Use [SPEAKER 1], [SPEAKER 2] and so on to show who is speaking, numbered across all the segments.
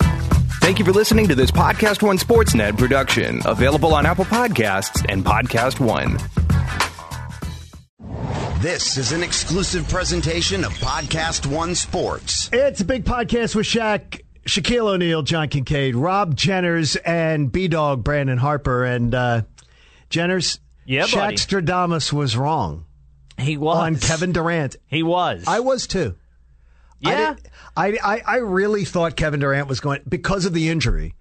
[SPEAKER 1] Thank you for listening to this Podcast One Sportsnet production, available on Apple Podcasts and Podcast One.
[SPEAKER 2] This is an exclusive presentation of Podcast One Sports.
[SPEAKER 3] It's a big podcast with Shaq, Shaquille O'Neal, John Kincaid, Rob Jenners, and B Dog Brandon Harper. And uh, Jenners,
[SPEAKER 4] Yeah, buddy.
[SPEAKER 3] Shaq Stradamus was wrong
[SPEAKER 4] He was
[SPEAKER 3] on Kevin Durant.
[SPEAKER 4] He was.
[SPEAKER 3] I was too. I
[SPEAKER 4] yeah.
[SPEAKER 3] didn't- I, I, I really thought Kevin Durant was going, because of the injury,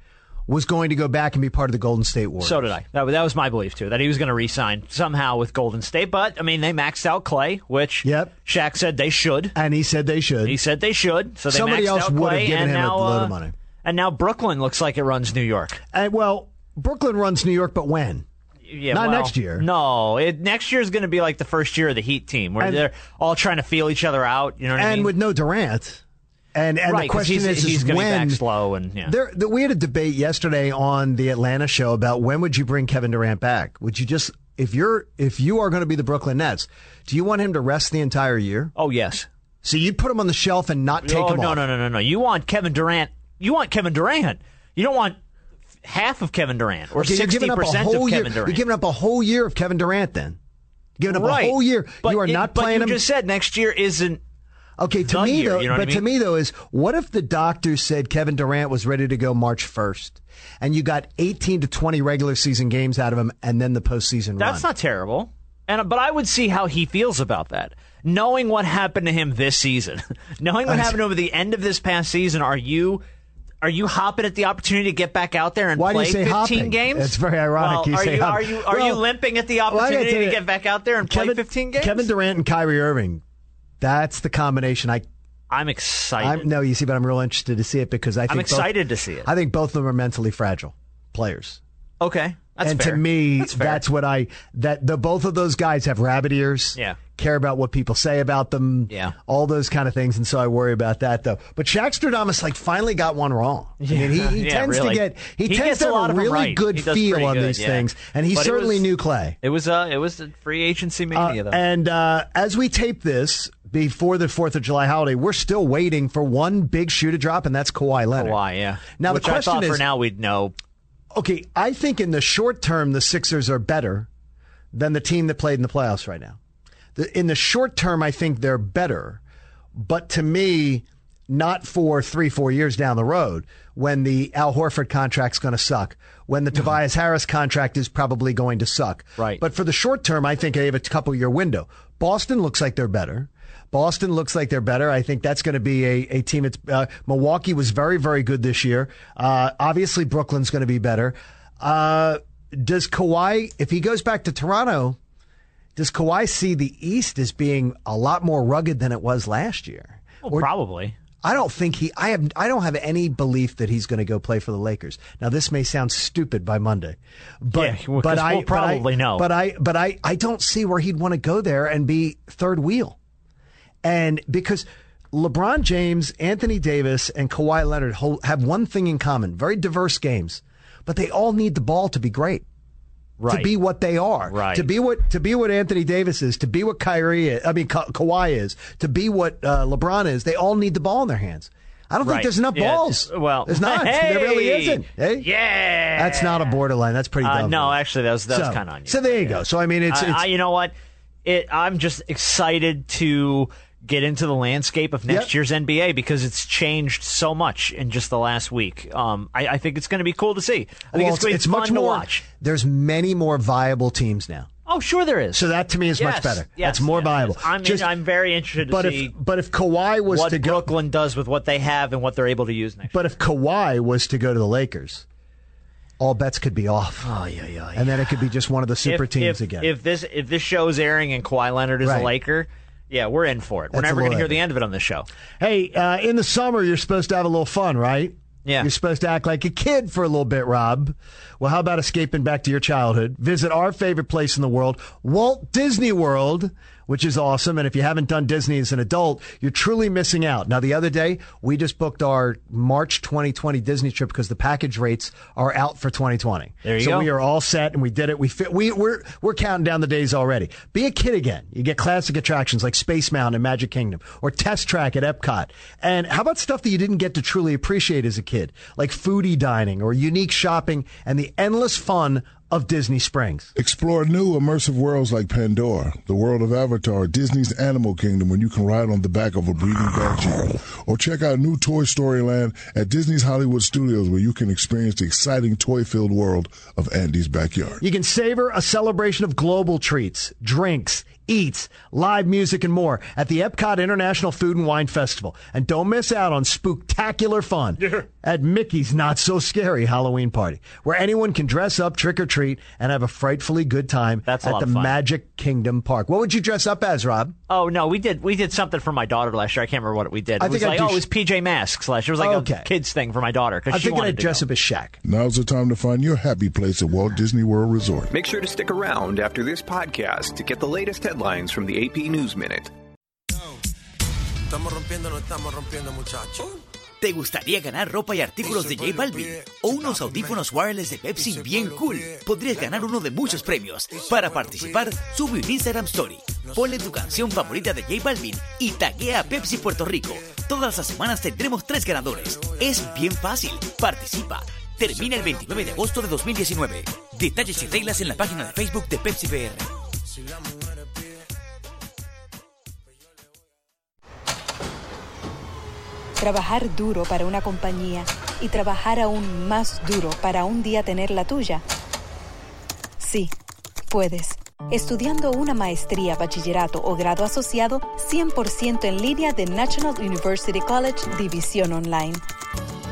[SPEAKER 3] was going to go back and be part of the Golden State Warriors.
[SPEAKER 4] So did I. That, that was my belief too. That he was going to re-sign somehow with Golden State, but I mean they maxed out Clay, which
[SPEAKER 3] Yep.
[SPEAKER 4] Shaq said they should.
[SPEAKER 3] And he said they should.
[SPEAKER 4] He said they should. So they
[SPEAKER 3] Somebody
[SPEAKER 4] maxed
[SPEAKER 3] else
[SPEAKER 4] out
[SPEAKER 3] would have
[SPEAKER 4] Clay,
[SPEAKER 3] given
[SPEAKER 4] and
[SPEAKER 3] him a
[SPEAKER 4] now,
[SPEAKER 3] load of
[SPEAKER 4] uh,
[SPEAKER 3] money.
[SPEAKER 4] And now Brooklyn looks like it runs New York.
[SPEAKER 3] and, well, Brooklyn runs New York, but when?
[SPEAKER 4] Yeah,
[SPEAKER 3] Not
[SPEAKER 4] well,
[SPEAKER 3] next year.
[SPEAKER 4] No, it, next year is going to be like the first year of the Heat team, where
[SPEAKER 3] And-
[SPEAKER 4] they're all trying to feel each other out. You know what I
[SPEAKER 3] And
[SPEAKER 4] mean?
[SPEAKER 3] with no Durant. And, and
[SPEAKER 4] right,
[SPEAKER 3] the
[SPEAKER 4] 'cause
[SPEAKER 3] question
[SPEAKER 4] he's,
[SPEAKER 3] is,
[SPEAKER 4] he's
[SPEAKER 3] is
[SPEAKER 4] gonna
[SPEAKER 3] when
[SPEAKER 4] be back slow and yeah.
[SPEAKER 3] There, th we had a debate yesterday on the Atlanta show about when would you bring Kevin Durant back? Would you just if you're if you are going to be the Brooklyn Nets, do you want him to rest the entire year?
[SPEAKER 4] Oh yes.
[SPEAKER 3] So you'd put him on the shelf and not take
[SPEAKER 4] oh,
[SPEAKER 3] him
[SPEAKER 4] no,
[SPEAKER 3] off.
[SPEAKER 4] no, no, no, no. You want Kevin Durant. You want Kevin Durant. You don't want half of Kevin Durant or
[SPEAKER 3] Okay, you're
[SPEAKER 4] sixty
[SPEAKER 3] giving up a
[SPEAKER 4] percent
[SPEAKER 3] whole
[SPEAKER 4] of
[SPEAKER 3] year.
[SPEAKER 4] Kevin Durant.
[SPEAKER 3] You're giving up a whole year of Kevin Durant. Then You're giving up
[SPEAKER 4] right.
[SPEAKER 3] a whole year.
[SPEAKER 4] But
[SPEAKER 3] you are
[SPEAKER 4] it-
[SPEAKER 3] not
[SPEAKER 4] but
[SPEAKER 3] playing
[SPEAKER 4] you
[SPEAKER 3] him.
[SPEAKER 4] just said next year isn't.
[SPEAKER 3] okay, to
[SPEAKER 4] the
[SPEAKER 3] me
[SPEAKER 4] year,
[SPEAKER 3] though,
[SPEAKER 4] you know what
[SPEAKER 3] but
[SPEAKER 4] I
[SPEAKER 3] to me
[SPEAKER 4] mean?
[SPEAKER 3] though is what if the doctor said Kevin Durant was ready to go March first, and you got 18 to 20 regular season games out of him, and then the postseason run.
[SPEAKER 4] That's not terrible. And but I would see how he feels about that, knowing what happened to him this season, knowing what
[SPEAKER 3] I see.
[SPEAKER 4] happened over the end of this past season. Are you? Are you hopping at the opportunity to get back out there and
[SPEAKER 3] Why do
[SPEAKER 4] play
[SPEAKER 3] you say
[SPEAKER 4] 15
[SPEAKER 3] hopping?
[SPEAKER 4] games?
[SPEAKER 3] That's very ironic
[SPEAKER 4] Well,
[SPEAKER 3] you
[SPEAKER 4] are,
[SPEAKER 3] say
[SPEAKER 4] you, are
[SPEAKER 3] hopping.
[SPEAKER 4] you are you
[SPEAKER 3] Well,
[SPEAKER 4] limping at the
[SPEAKER 3] well, I gotta
[SPEAKER 4] opportunity
[SPEAKER 3] tell
[SPEAKER 4] to
[SPEAKER 3] you,
[SPEAKER 4] get back out there and play 15 games?
[SPEAKER 3] Kevin Durant and Kyrie Irving. That's the combination. I,
[SPEAKER 4] I'm excited.
[SPEAKER 3] I'm no, you see, but I'm real interested to see it because I think
[SPEAKER 4] I'm
[SPEAKER 3] both-
[SPEAKER 4] excited to see it.
[SPEAKER 3] I think both of them are mentally fragile players,
[SPEAKER 4] okay, that's
[SPEAKER 3] and
[SPEAKER 4] fair.
[SPEAKER 3] to me,
[SPEAKER 4] that's
[SPEAKER 3] that's,
[SPEAKER 4] fair.
[SPEAKER 3] what I that the both of those guys have rabbit ears.
[SPEAKER 4] Yeah.
[SPEAKER 3] care about what people say about them.
[SPEAKER 4] Yeah.
[SPEAKER 3] all those kind of things, and so I worry about that though. But Shaq Stradamus like finally got one wrong. I mean, he, he
[SPEAKER 4] Yeah,
[SPEAKER 3] tends
[SPEAKER 4] really.
[SPEAKER 3] to get he,
[SPEAKER 4] He
[SPEAKER 3] tends
[SPEAKER 4] gets
[SPEAKER 3] to
[SPEAKER 4] a
[SPEAKER 3] have
[SPEAKER 4] lot of 'em
[SPEAKER 3] really
[SPEAKER 4] right.
[SPEAKER 3] good
[SPEAKER 4] He does
[SPEAKER 3] feel
[SPEAKER 4] pretty
[SPEAKER 3] on
[SPEAKER 4] good,
[SPEAKER 3] these
[SPEAKER 4] yeah.
[SPEAKER 3] things, and he
[SPEAKER 4] But it
[SPEAKER 3] certainly
[SPEAKER 4] was-
[SPEAKER 3] knew Clay.
[SPEAKER 4] It was uh, it was the free agency mania though.
[SPEAKER 3] Uh, and uh, as we tape this before the 4th of July holiday, we're still waiting for one big shoe to drop, and that's Kawhi Leonard.
[SPEAKER 4] Why? Yeah.
[SPEAKER 3] Now, the
[SPEAKER 4] Which
[SPEAKER 3] question
[SPEAKER 4] I thought for
[SPEAKER 3] is-
[SPEAKER 4] now we'd know.
[SPEAKER 3] Okay, I think in the short term, the Sixers are better than the team that played in the playoffs right now. The, in the short term, I think they're better, but to me, not for three, four years down the road when the Al Horford contract's going to suck, when the Tobias Harris contract is probably going to suck.
[SPEAKER 4] Right.
[SPEAKER 3] But for the short term, I think I have a couple year window. Boston looks like they're better. Boston looks like they're better. I think that's going to be a, a team. It's uh, Milwaukee was very very good this year. Uh, obviously, Brooklyn's going to be better. Uh, does Kawhi, if he goes back to Toronto, does Kawhi see the East as being a lot more rugged than it was last year?
[SPEAKER 4] Well, probably.
[SPEAKER 3] I don't think he. I have. I don't have any belief that he's going to go play for the Lakers. Now, this may sound stupid by Monday, but
[SPEAKER 4] Yeah, well,
[SPEAKER 3] but
[SPEAKER 4] 'cause
[SPEAKER 3] I
[SPEAKER 4] we'll
[SPEAKER 3] but I-
[SPEAKER 4] probably know.
[SPEAKER 3] But I but I I don't see where he'd want to go there and be third wheel, and because. LeBron James, Anthony Davis, and Kawhi Leonard hold, have one thing in common: very diverse games, but they all need the ball to be great
[SPEAKER 4] Right.
[SPEAKER 3] to be what they are,
[SPEAKER 4] Right.
[SPEAKER 3] to be what to be what Anthony Davis is, to be what Kyrie, is, I mean Ka- Kawhi is, to be what uh, LeBron is. They all need the ball in their hands. I don't think
[SPEAKER 4] Right.
[SPEAKER 3] there's enough
[SPEAKER 4] Yeah,
[SPEAKER 3] balls.
[SPEAKER 4] Well,
[SPEAKER 3] there's not.
[SPEAKER 4] Hey!
[SPEAKER 3] There really isn't. Hey?
[SPEAKER 4] Yeah.
[SPEAKER 3] that's not a borderline. That's pretty.
[SPEAKER 4] Uh,
[SPEAKER 3] dumb.
[SPEAKER 4] no, actually, that was that was
[SPEAKER 3] so,
[SPEAKER 4] kind of on you.
[SPEAKER 3] So there you go. So I mean, it's,
[SPEAKER 4] I,
[SPEAKER 3] it's
[SPEAKER 4] I, you know what? It. I'm just excited to get into the landscape of next
[SPEAKER 3] Yep.
[SPEAKER 4] year's NBA because it's changed so much in just the last week. Um, I, I think it's going to be cool to see. I think
[SPEAKER 3] well,
[SPEAKER 4] it's, going to be fun
[SPEAKER 3] much more.
[SPEAKER 4] to watch.
[SPEAKER 3] There's many more viable teams now.
[SPEAKER 4] Oh, sure, there is.
[SPEAKER 3] So that to me is
[SPEAKER 4] yes,
[SPEAKER 3] much better.
[SPEAKER 4] Yes,
[SPEAKER 3] that's more
[SPEAKER 4] yes,
[SPEAKER 3] viable.
[SPEAKER 4] yes. I'm
[SPEAKER 3] Just-
[SPEAKER 4] I'm very interested to
[SPEAKER 3] but
[SPEAKER 4] see
[SPEAKER 3] if but if Kawhi was
[SPEAKER 4] what
[SPEAKER 3] to go,
[SPEAKER 4] Brooklyn does with what they have and what they're able to use next.
[SPEAKER 3] But if Kawhi was to go to the Lakers, all bets could be off. And then it could be just one of the super
[SPEAKER 4] Oh, if,
[SPEAKER 3] teams
[SPEAKER 4] if-
[SPEAKER 3] again.
[SPEAKER 4] If this if this show is airing and Kawhi Leonard is
[SPEAKER 3] Right.
[SPEAKER 4] a Laker, yeah, we're in for it. We're
[SPEAKER 3] That's a
[SPEAKER 4] never going to
[SPEAKER 3] little
[SPEAKER 4] hear the
[SPEAKER 3] heavy.
[SPEAKER 4] end of it on this show.
[SPEAKER 3] hey, uh, in the summer, you're supposed to have a little fun, right?
[SPEAKER 4] Yeah.
[SPEAKER 3] You're supposed to act like a kid for a little bit, Rob. Well, how about escaping back to your childhood? Visit our favorite place in the world, Walt Disney World, which is awesome. And if you haven't done Disney as an adult, you're truly missing out. Now, the other day, we just booked our March 2020 Disney trip because the package rates are out for 2020.
[SPEAKER 4] There you
[SPEAKER 3] so
[SPEAKER 4] go.
[SPEAKER 3] we are all set and we did it. We fit, we, we're, we're counting down the days already. Be a kid again. You get classic attractions like Space Mountain and Magic Kingdom or Test Track at Epcot. And how about stuff that you didn't get to truly appreciate as a kid, like foodie dining or unique shopping and the endless fun of Disney Springs?
[SPEAKER 5] Explore new immersive worlds like Pandora, the world of Avatar, Disney's Animal Kingdom, when you can ride on the back of a breathing banshees, or check out new Toy Story Land at Disney's Hollywood Studios, where you can experience the exciting toy-filled world of Andy's backyard.
[SPEAKER 3] You can savor a celebration of global treats, drinks, eats, live music, and more at the Epcot International Food and Wine Festival. And don't miss out on spooktacular fun at Mickey's Not So Scary Halloween Party, where anyone can dress up, trick or treat, and have a frightfully good time
[SPEAKER 4] That's a
[SPEAKER 3] at
[SPEAKER 4] lot
[SPEAKER 3] the
[SPEAKER 4] of fun.
[SPEAKER 3] Magic Kingdom Park. What would you dress up as, Rob?
[SPEAKER 4] Oh no, we did we did something for my daughter last year. I can't remember what we did.
[SPEAKER 3] I
[SPEAKER 4] it was
[SPEAKER 3] think I
[SPEAKER 4] like
[SPEAKER 3] do
[SPEAKER 4] oh,
[SPEAKER 3] sh-
[SPEAKER 4] it was PJ Masks last year. It was like
[SPEAKER 3] Okay.
[SPEAKER 4] a kids thing for my daughter because
[SPEAKER 3] I'm
[SPEAKER 4] she
[SPEAKER 3] thinking
[SPEAKER 4] wanted
[SPEAKER 3] I'd
[SPEAKER 4] to
[SPEAKER 3] dress
[SPEAKER 4] go.
[SPEAKER 3] up as Shaq.
[SPEAKER 5] Now's the time to find your happy place at Walt Disney World Resort.
[SPEAKER 1] Make sure to stick around after this podcast to get the latest headlines from the AP News Minute.
[SPEAKER 6] Estamos rompiendo, no estamos rompiendo, muchachos.
[SPEAKER 7] ¿Te gustaría ganar ropa y artículos de J Balvin? ¿O unos audífonos wireless de Pepsi bien cool? Podrías ganar uno de muchos premios. Para participar, sube un Instagram Story. Ponle tu canción favorita de J Balvin y taguea a Pepsi Puerto Rico. Todas las semanas tendremos tres ganadores. Es bien fácil. Participa. Termina el 29 de agosto de 2019. Detalles y reglas en la página de Facebook de Pepsi PR.
[SPEAKER 8] Trabajar duro para una compañía y trabajar aún más duro para un día tener la tuya. Sí, puedes. Estudiando una maestría, bachillerato o grado asociado 100% en línea de National University College División Online.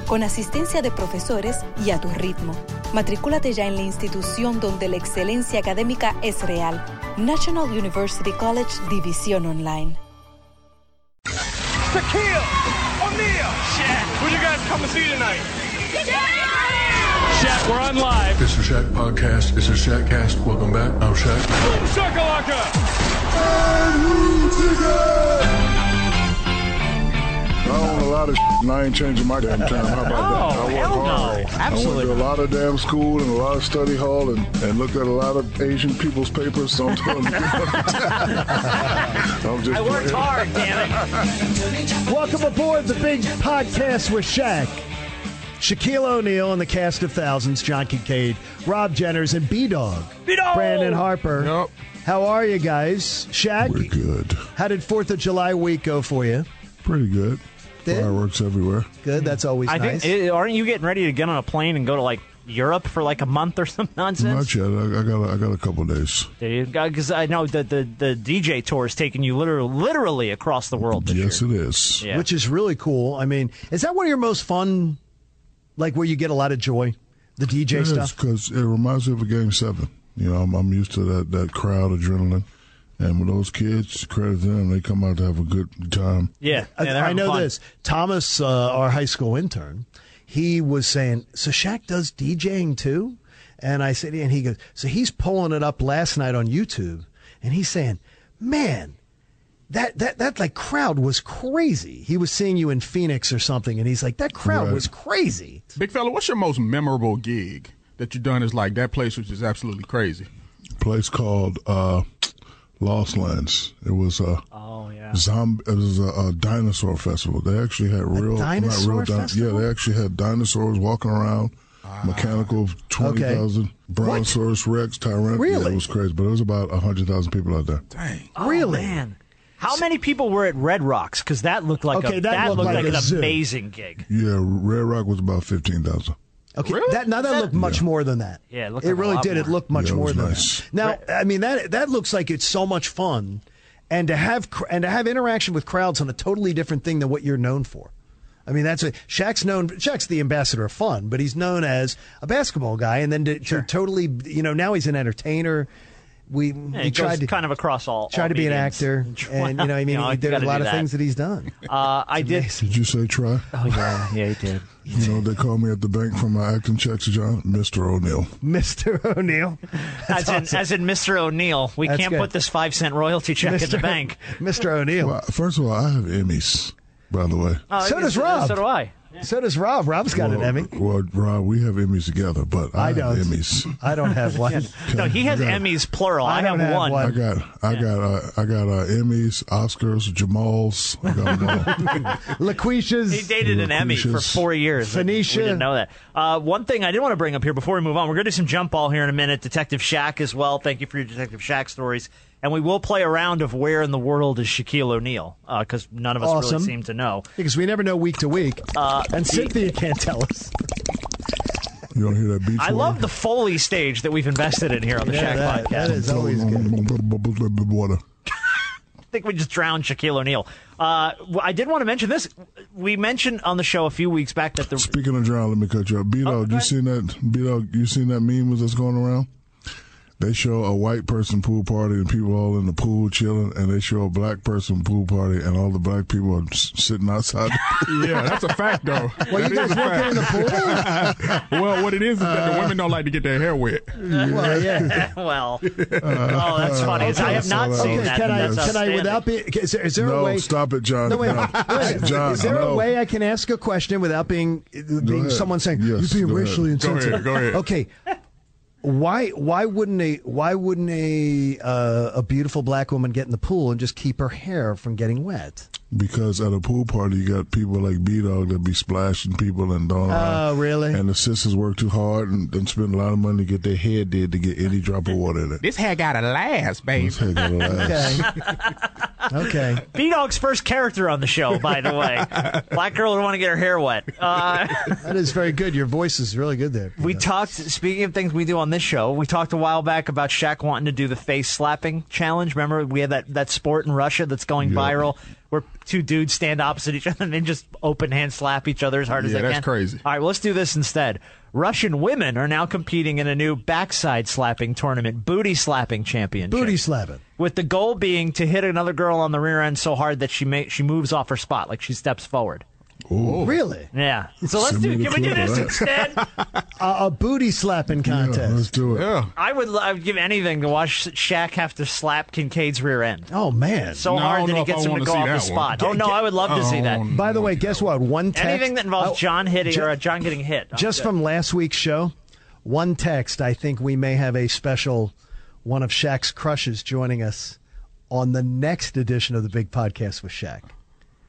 [SPEAKER 8] Con asistencia de profesores y a tu ritmo. Matricúlate ya en la institución donde la excelencia académica es real. National University College División Online.
[SPEAKER 9] Shaquille O'Neal. Shaq, who you guys come to see tonight? Shaq, we're on live.
[SPEAKER 10] It's the Shaq Podcast. It's the Shaqcast. Welcome back. I'm Shaq.
[SPEAKER 9] Boom shakalaka.
[SPEAKER 5] I own a lot of shit and I ain't changing my damn time. How about
[SPEAKER 4] Oh,
[SPEAKER 5] that? I work
[SPEAKER 4] hell no.
[SPEAKER 5] hard. I went
[SPEAKER 4] Absolutely
[SPEAKER 5] to a lot of damn school and a lot of study hall and, and looked at a lot of Asian people's papers. So I'm telling you. I'm just
[SPEAKER 4] I worked hard,
[SPEAKER 5] playing.
[SPEAKER 4] damn it.
[SPEAKER 3] Welcome aboard the big podcast with Shaq. Shaquille O'Neal and the cast of thousands, John Kincaid, Rob Jenners, and B Dog.
[SPEAKER 4] B-Dog!
[SPEAKER 3] Brandon Harper. How are you guys?
[SPEAKER 5] We're
[SPEAKER 3] Shaq,
[SPEAKER 5] good.
[SPEAKER 3] how did 4th of July week go for you?
[SPEAKER 5] Pretty good.
[SPEAKER 3] Did-
[SPEAKER 5] Fireworks everywhere.
[SPEAKER 3] Good, that's always
[SPEAKER 4] I
[SPEAKER 3] nice.
[SPEAKER 4] think eh, aren't you getting ready to get on a plane and go to like Europe for like a month or some nonsense?
[SPEAKER 5] Not yet. I, I got. A, I got a couple days.
[SPEAKER 4] Because I know that the, the DJ tour is taking you literally literally across the world. This
[SPEAKER 5] Yes,
[SPEAKER 4] year.
[SPEAKER 5] it is.
[SPEAKER 4] Yeah.
[SPEAKER 3] Which is really cool. I mean, is that one of your most fun, like where you get a lot of joy? The DJ stuff?
[SPEAKER 5] because it reminds me of a game seven. You know, I'm, I'm used to that that crowd adrenaline, and with those kids, credit to them, they come out to have a good time.
[SPEAKER 4] yeah, yeah, they're
[SPEAKER 3] I, I
[SPEAKER 4] having
[SPEAKER 3] know
[SPEAKER 4] fun.
[SPEAKER 3] this. Thomas, uh, our high school intern, he was saying, "So Shaq does DJing too," and I said, and he goes, "So he's pulling it up last night on YouTube, and he's saying, man." That, that that like crowd was crazy. He was seeing you in Phoenix or something, and he's like, "That crowd
[SPEAKER 5] Right.
[SPEAKER 3] was crazy."
[SPEAKER 11] Big fella, what's your most memorable gig that you done? Is like that place was just absolutely crazy.
[SPEAKER 5] place called uh, Lost Lands. It was a
[SPEAKER 4] Oh yeah.
[SPEAKER 5] zombie. It was a, a dinosaur festival. They actually had real,
[SPEAKER 3] dinosaur
[SPEAKER 5] not real, di-
[SPEAKER 3] festival?
[SPEAKER 5] yeah. They actually had dinosaurs walking around.
[SPEAKER 4] Ah.
[SPEAKER 5] Mechanical twenty thousand Brontosaurus Rex, Tyrant.
[SPEAKER 3] Really?
[SPEAKER 5] Yeah, it was crazy, but it was about hundred thousand people out there.
[SPEAKER 4] Oh,
[SPEAKER 3] really?
[SPEAKER 4] Man. How many people were at Red Rocks? Because that looked like
[SPEAKER 3] Okay,
[SPEAKER 4] a,
[SPEAKER 3] that looked like
[SPEAKER 4] an
[SPEAKER 3] a zoo.
[SPEAKER 4] amazing gig.
[SPEAKER 5] Yeah, Red Rock was about fifteen thousand.
[SPEAKER 3] Okay,
[SPEAKER 11] Really?
[SPEAKER 3] that now that looked much more than that.
[SPEAKER 4] Yeah, it looked
[SPEAKER 3] it
[SPEAKER 4] like a
[SPEAKER 3] really
[SPEAKER 4] lot
[SPEAKER 3] did. It
[SPEAKER 4] more.
[SPEAKER 3] looked much
[SPEAKER 5] Yeah, it
[SPEAKER 3] more
[SPEAKER 5] was
[SPEAKER 3] than
[SPEAKER 5] nice.
[SPEAKER 3] that. Now, I mean that that looks like it's so much fun, and to have cr- and to have interaction with crowds on a totally different thing than what you're known for. I mean that's a Shaq's known. Shaq's the ambassador of fun, but he's known as a basketball guy, and then to, to totally you know now he's an entertainer. we
[SPEAKER 4] Yeah,
[SPEAKER 3] we
[SPEAKER 4] it goes
[SPEAKER 3] tried to
[SPEAKER 4] kind of across all.
[SPEAKER 3] tried
[SPEAKER 4] all
[SPEAKER 3] to be an
[SPEAKER 4] mediums.
[SPEAKER 3] actor, and you know, I mean,
[SPEAKER 4] you
[SPEAKER 3] he did a
[SPEAKER 4] gotta
[SPEAKER 3] lot
[SPEAKER 4] do
[SPEAKER 3] of things that he's done.
[SPEAKER 4] Uh, I did.
[SPEAKER 5] Did you say try?
[SPEAKER 4] Oh yeah, yeah, he did.
[SPEAKER 5] You know what they call me at the bank for my acting checks, John? Mr. O'Neill.
[SPEAKER 3] Mr. O'Neill.
[SPEAKER 4] As in, as in, Mr. O'Neill, we
[SPEAKER 5] That's
[SPEAKER 4] can't
[SPEAKER 5] good.
[SPEAKER 4] put this five cent royalty check at the
[SPEAKER 5] Mr.
[SPEAKER 4] bank.
[SPEAKER 3] Mr. O'Neill.
[SPEAKER 5] Well, first of all, I have Emmys, by the way.
[SPEAKER 4] Oh,
[SPEAKER 3] so
[SPEAKER 4] yeah,
[SPEAKER 3] does
[SPEAKER 4] so-
[SPEAKER 3] Rob.
[SPEAKER 4] so do I.
[SPEAKER 3] So does Rob. Rob's got an
[SPEAKER 5] Well,
[SPEAKER 3] Emmy.
[SPEAKER 5] Well, Rob, we have Emmys together, but
[SPEAKER 3] I
[SPEAKER 5] I, have
[SPEAKER 3] don't.
[SPEAKER 5] Emmys.
[SPEAKER 3] I don't have one.
[SPEAKER 4] No, he has Emmys plural. I, have, one.
[SPEAKER 5] I got, I got, uh, I got uh, Emmys, Oscars, Jamals. I got 'em all.
[SPEAKER 3] LaQuisha's.
[SPEAKER 4] He dated an Emmy for
[SPEAKER 5] Lucretius.
[SPEAKER 4] four years.
[SPEAKER 3] Phoenicia.
[SPEAKER 4] We didn't know that. Uh, one thing I did want to bring up here before we move on, we're going to do some jump ball here in a minute. Detective Shaq as well. Thank you for your Detective Shaq stories. And we will play a round of where in the world is Shaquille O'Neal because none of us
[SPEAKER 3] Awesome.
[SPEAKER 4] really seem to know.
[SPEAKER 3] Because we never know week to week.
[SPEAKER 4] Uh,
[SPEAKER 3] and Cynthia can't tell us.
[SPEAKER 5] You don't hear that beach?
[SPEAKER 4] I love the Foley stage that we've invested in here on the
[SPEAKER 3] Yeah,
[SPEAKER 4] Shaq
[SPEAKER 3] that-
[SPEAKER 4] podcast.
[SPEAKER 3] that is always
[SPEAKER 5] good. Water.
[SPEAKER 4] I think we just drowned Shaquille O'Neal. Uh, well, I did want to mention this. We mentioned on the show a few weeks back that the
[SPEAKER 5] Speaking of drown, let me cut you up. B dog, you seen that? B dog, you seen that meme that's going around? They show a white person pool party and people all in the pool chilling, and they show a black person pool party and all the black people are s- sitting outside.
[SPEAKER 11] Yeah, that's a fact, though.
[SPEAKER 3] Well,
[SPEAKER 11] That
[SPEAKER 3] you
[SPEAKER 11] is
[SPEAKER 3] guys
[SPEAKER 11] a
[SPEAKER 3] working in the pool?
[SPEAKER 11] fact. well, what it is is that the women don't like to get their hair wet.
[SPEAKER 3] Well, yeah.
[SPEAKER 4] well, oh, that's funny. I have not
[SPEAKER 5] okay,
[SPEAKER 4] seen
[SPEAKER 3] Uh, Okay,
[SPEAKER 4] that.
[SPEAKER 3] can
[SPEAKER 4] but
[SPEAKER 3] I,
[SPEAKER 4] that's
[SPEAKER 3] can I,
[SPEAKER 4] outstanding.
[SPEAKER 3] without being, is there, is there a
[SPEAKER 5] no,
[SPEAKER 3] way?
[SPEAKER 5] stop it, John.
[SPEAKER 3] No, wait,
[SPEAKER 5] no.
[SPEAKER 3] wait.
[SPEAKER 5] John,
[SPEAKER 3] is there
[SPEAKER 5] no.
[SPEAKER 3] a way I can ask a question without being, being
[SPEAKER 5] ahead.
[SPEAKER 3] someone saying
[SPEAKER 5] Yes,
[SPEAKER 3] you're
[SPEAKER 5] go
[SPEAKER 3] being
[SPEAKER 5] ahead.
[SPEAKER 3] racially
[SPEAKER 5] Go ahead,
[SPEAKER 3] insensitive?
[SPEAKER 5] go ahead.
[SPEAKER 3] Okay, why why wouldn't a why wouldn't a uh, a beautiful black woman get in the pool and just keep her hair from getting wet?
[SPEAKER 5] Because at a pool party, you got people like B Dog that be splashing people and don't.
[SPEAKER 3] Oh, really?
[SPEAKER 5] And the sisters work too hard and, and spend a lot of money to get their head did to get any drop of water in it.
[SPEAKER 11] This hair gotta last, babe.
[SPEAKER 5] Let's take it or last.
[SPEAKER 3] Okay, okay.
[SPEAKER 4] B Dog's first character on the show, by the way. Black girl would want to get her hair wet. Uh,
[SPEAKER 3] That is very good. Your voice is really good there.
[SPEAKER 4] we
[SPEAKER 3] Peanut.
[SPEAKER 4] talked, speaking of things we do on this show, we talked a while back about Shaq wanting to do the face slapping challenge. Remember, we had that, that sport in Russia that's going viral where two dudes stand opposite each other and then just open hand slap each other as hard as
[SPEAKER 11] Yeah,
[SPEAKER 4] they
[SPEAKER 11] that's
[SPEAKER 4] can.
[SPEAKER 11] crazy.
[SPEAKER 4] All right, well, let's do this instead. Russian women are now competing in a new backside slapping tournament, booty slapping championship
[SPEAKER 3] booty slapping.
[SPEAKER 4] with the goal being to hit another girl on the rear end so hard that she ma- she moves off her spot, like she steps forward.
[SPEAKER 5] Oh.
[SPEAKER 3] Really,
[SPEAKER 4] Yeah. So let's
[SPEAKER 5] Send
[SPEAKER 4] do.
[SPEAKER 5] me the
[SPEAKER 4] Can we do
[SPEAKER 5] clip of
[SPEAKER 4] this
[SPEAKER 5] that.
[SPEAKER 4] instead?
[SPEAKER 3] a, a booty slapping
[SPEAKER 5] Yeah,
[SPEAKER 3] contest.
[SPEAKER 5] let's do it.
[SPEAKER 11] Yeah.
[SPEAKER 4] I would. lo- I would give anything to watch Shaq have to slap Kincaid's rear end
[SPEAKER 3] oh man!
[SPEAKER 4] so
[SPEAKER 11] No, I
[SPEAKER 4] hard
[SPEAKER 11] don't
[SPEAKER 4] that
[SPEAKER 11] know
[SPEAKER 4] he
[SPEAKER 11] if I
[SPEAKER 4] gets him to
[SPEAKER 11] wanna
[SPEAKER 4] go
[SPEAKER 11] see
[SPEAKER 4] off the
[SPEAKER 11] that one.
[SPEAKER 4] spot. Oh no, I would love to see that.
[SPEAKER 11] Oh,
[SPEAKER 3] By the way, guess what? One text.
[SPEAKER 4] Anything that
[SPEAKER 3] Oh,
[SPEAKER 4] involves John hitting or uh, John getting hit. I'm
[SPEAKER 3] just
[SPEAKER 4] good.
[SPEAKER 3] from last week's show, one text. I think we may have a special one of Shaq's crushes joining us on the next edition of the Big Podcast with Shaq.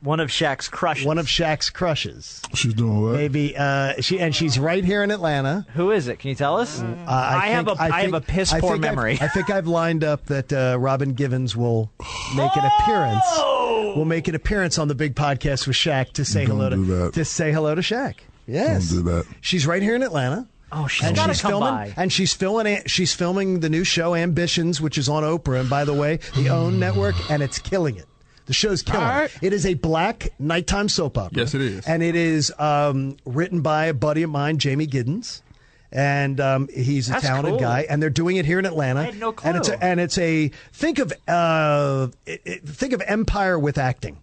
[SPEAKER 4] one of Shaq's crushes.
[SPEAKER 3] One of Shaq's crushes,
[SPEAKER 5] She's doing what?
[SPEAKER 3] maybe. Uh, she and she's right here in Atlanta.
[SPEAKER 4] Who is it? Can you tell us?
[SPEAKER 3] Uh, I,
[SPEAKER 4] have a
[SPEAKER 3] think-
[SPEAKER 4] I, have a
[SPEAKER 3] think-
[SPEAKER 4] piss
[SPEAKER 3] I
[SPEAKER 4] poor
[SPEAKER 3] think I've-
[SPEAKER 4] memory.
[SPEAKER 3] I think I've lined up that uh, Robin Givens will make an appearance.
[SPEAKER 4] Oh!
[SPEAKER 3] Will make an appearance on the Big Podcast with Shaq to say
[SPEAKER 5] Don't
[SPEAKER 3] hello to
[SPEAKER 5] do that.
[SPEAKER 3] to say hello to Shaq. Yes,
[SPEAKER 5] do that.
[SPEAKER 3] She's right here in Atlanta.
[SPEAKER 4] oh, she's
[SPEAKER 3] and
[SPEAKER 4] gotta
[SPEAKER 3] she's
[SPEAKER 4] come
[SPEAKER 3] filming
[SPEAKER 4] by.
[SPEAKER 3] and she's filming she's filming the new show ambitions which is on oprah and by the way the own network and it's killing it the show's killing
[SPEAKER 11] All right.
[SPEAKER 3] it. It is a black nighttime soap opera.
[SPEAKER 11] Yes, it is.
[SPEAKER 3] And it is um, written by a buddy of mine, Jamie Giddens. And um, he's a
[SPEAKER 4] That's
[SPEAKER 3] talented
[SPEAKER 4] cool.
[SPEAKER 3] guy. And they're doing it here in Atlanta.
[SPEAKER 4] I had no
[SPEAKER 3] And it's a,
[SPEAKER 4] clue.
[SPEAKER 3] and it's a think of uh, it, it- think of Empire with acting.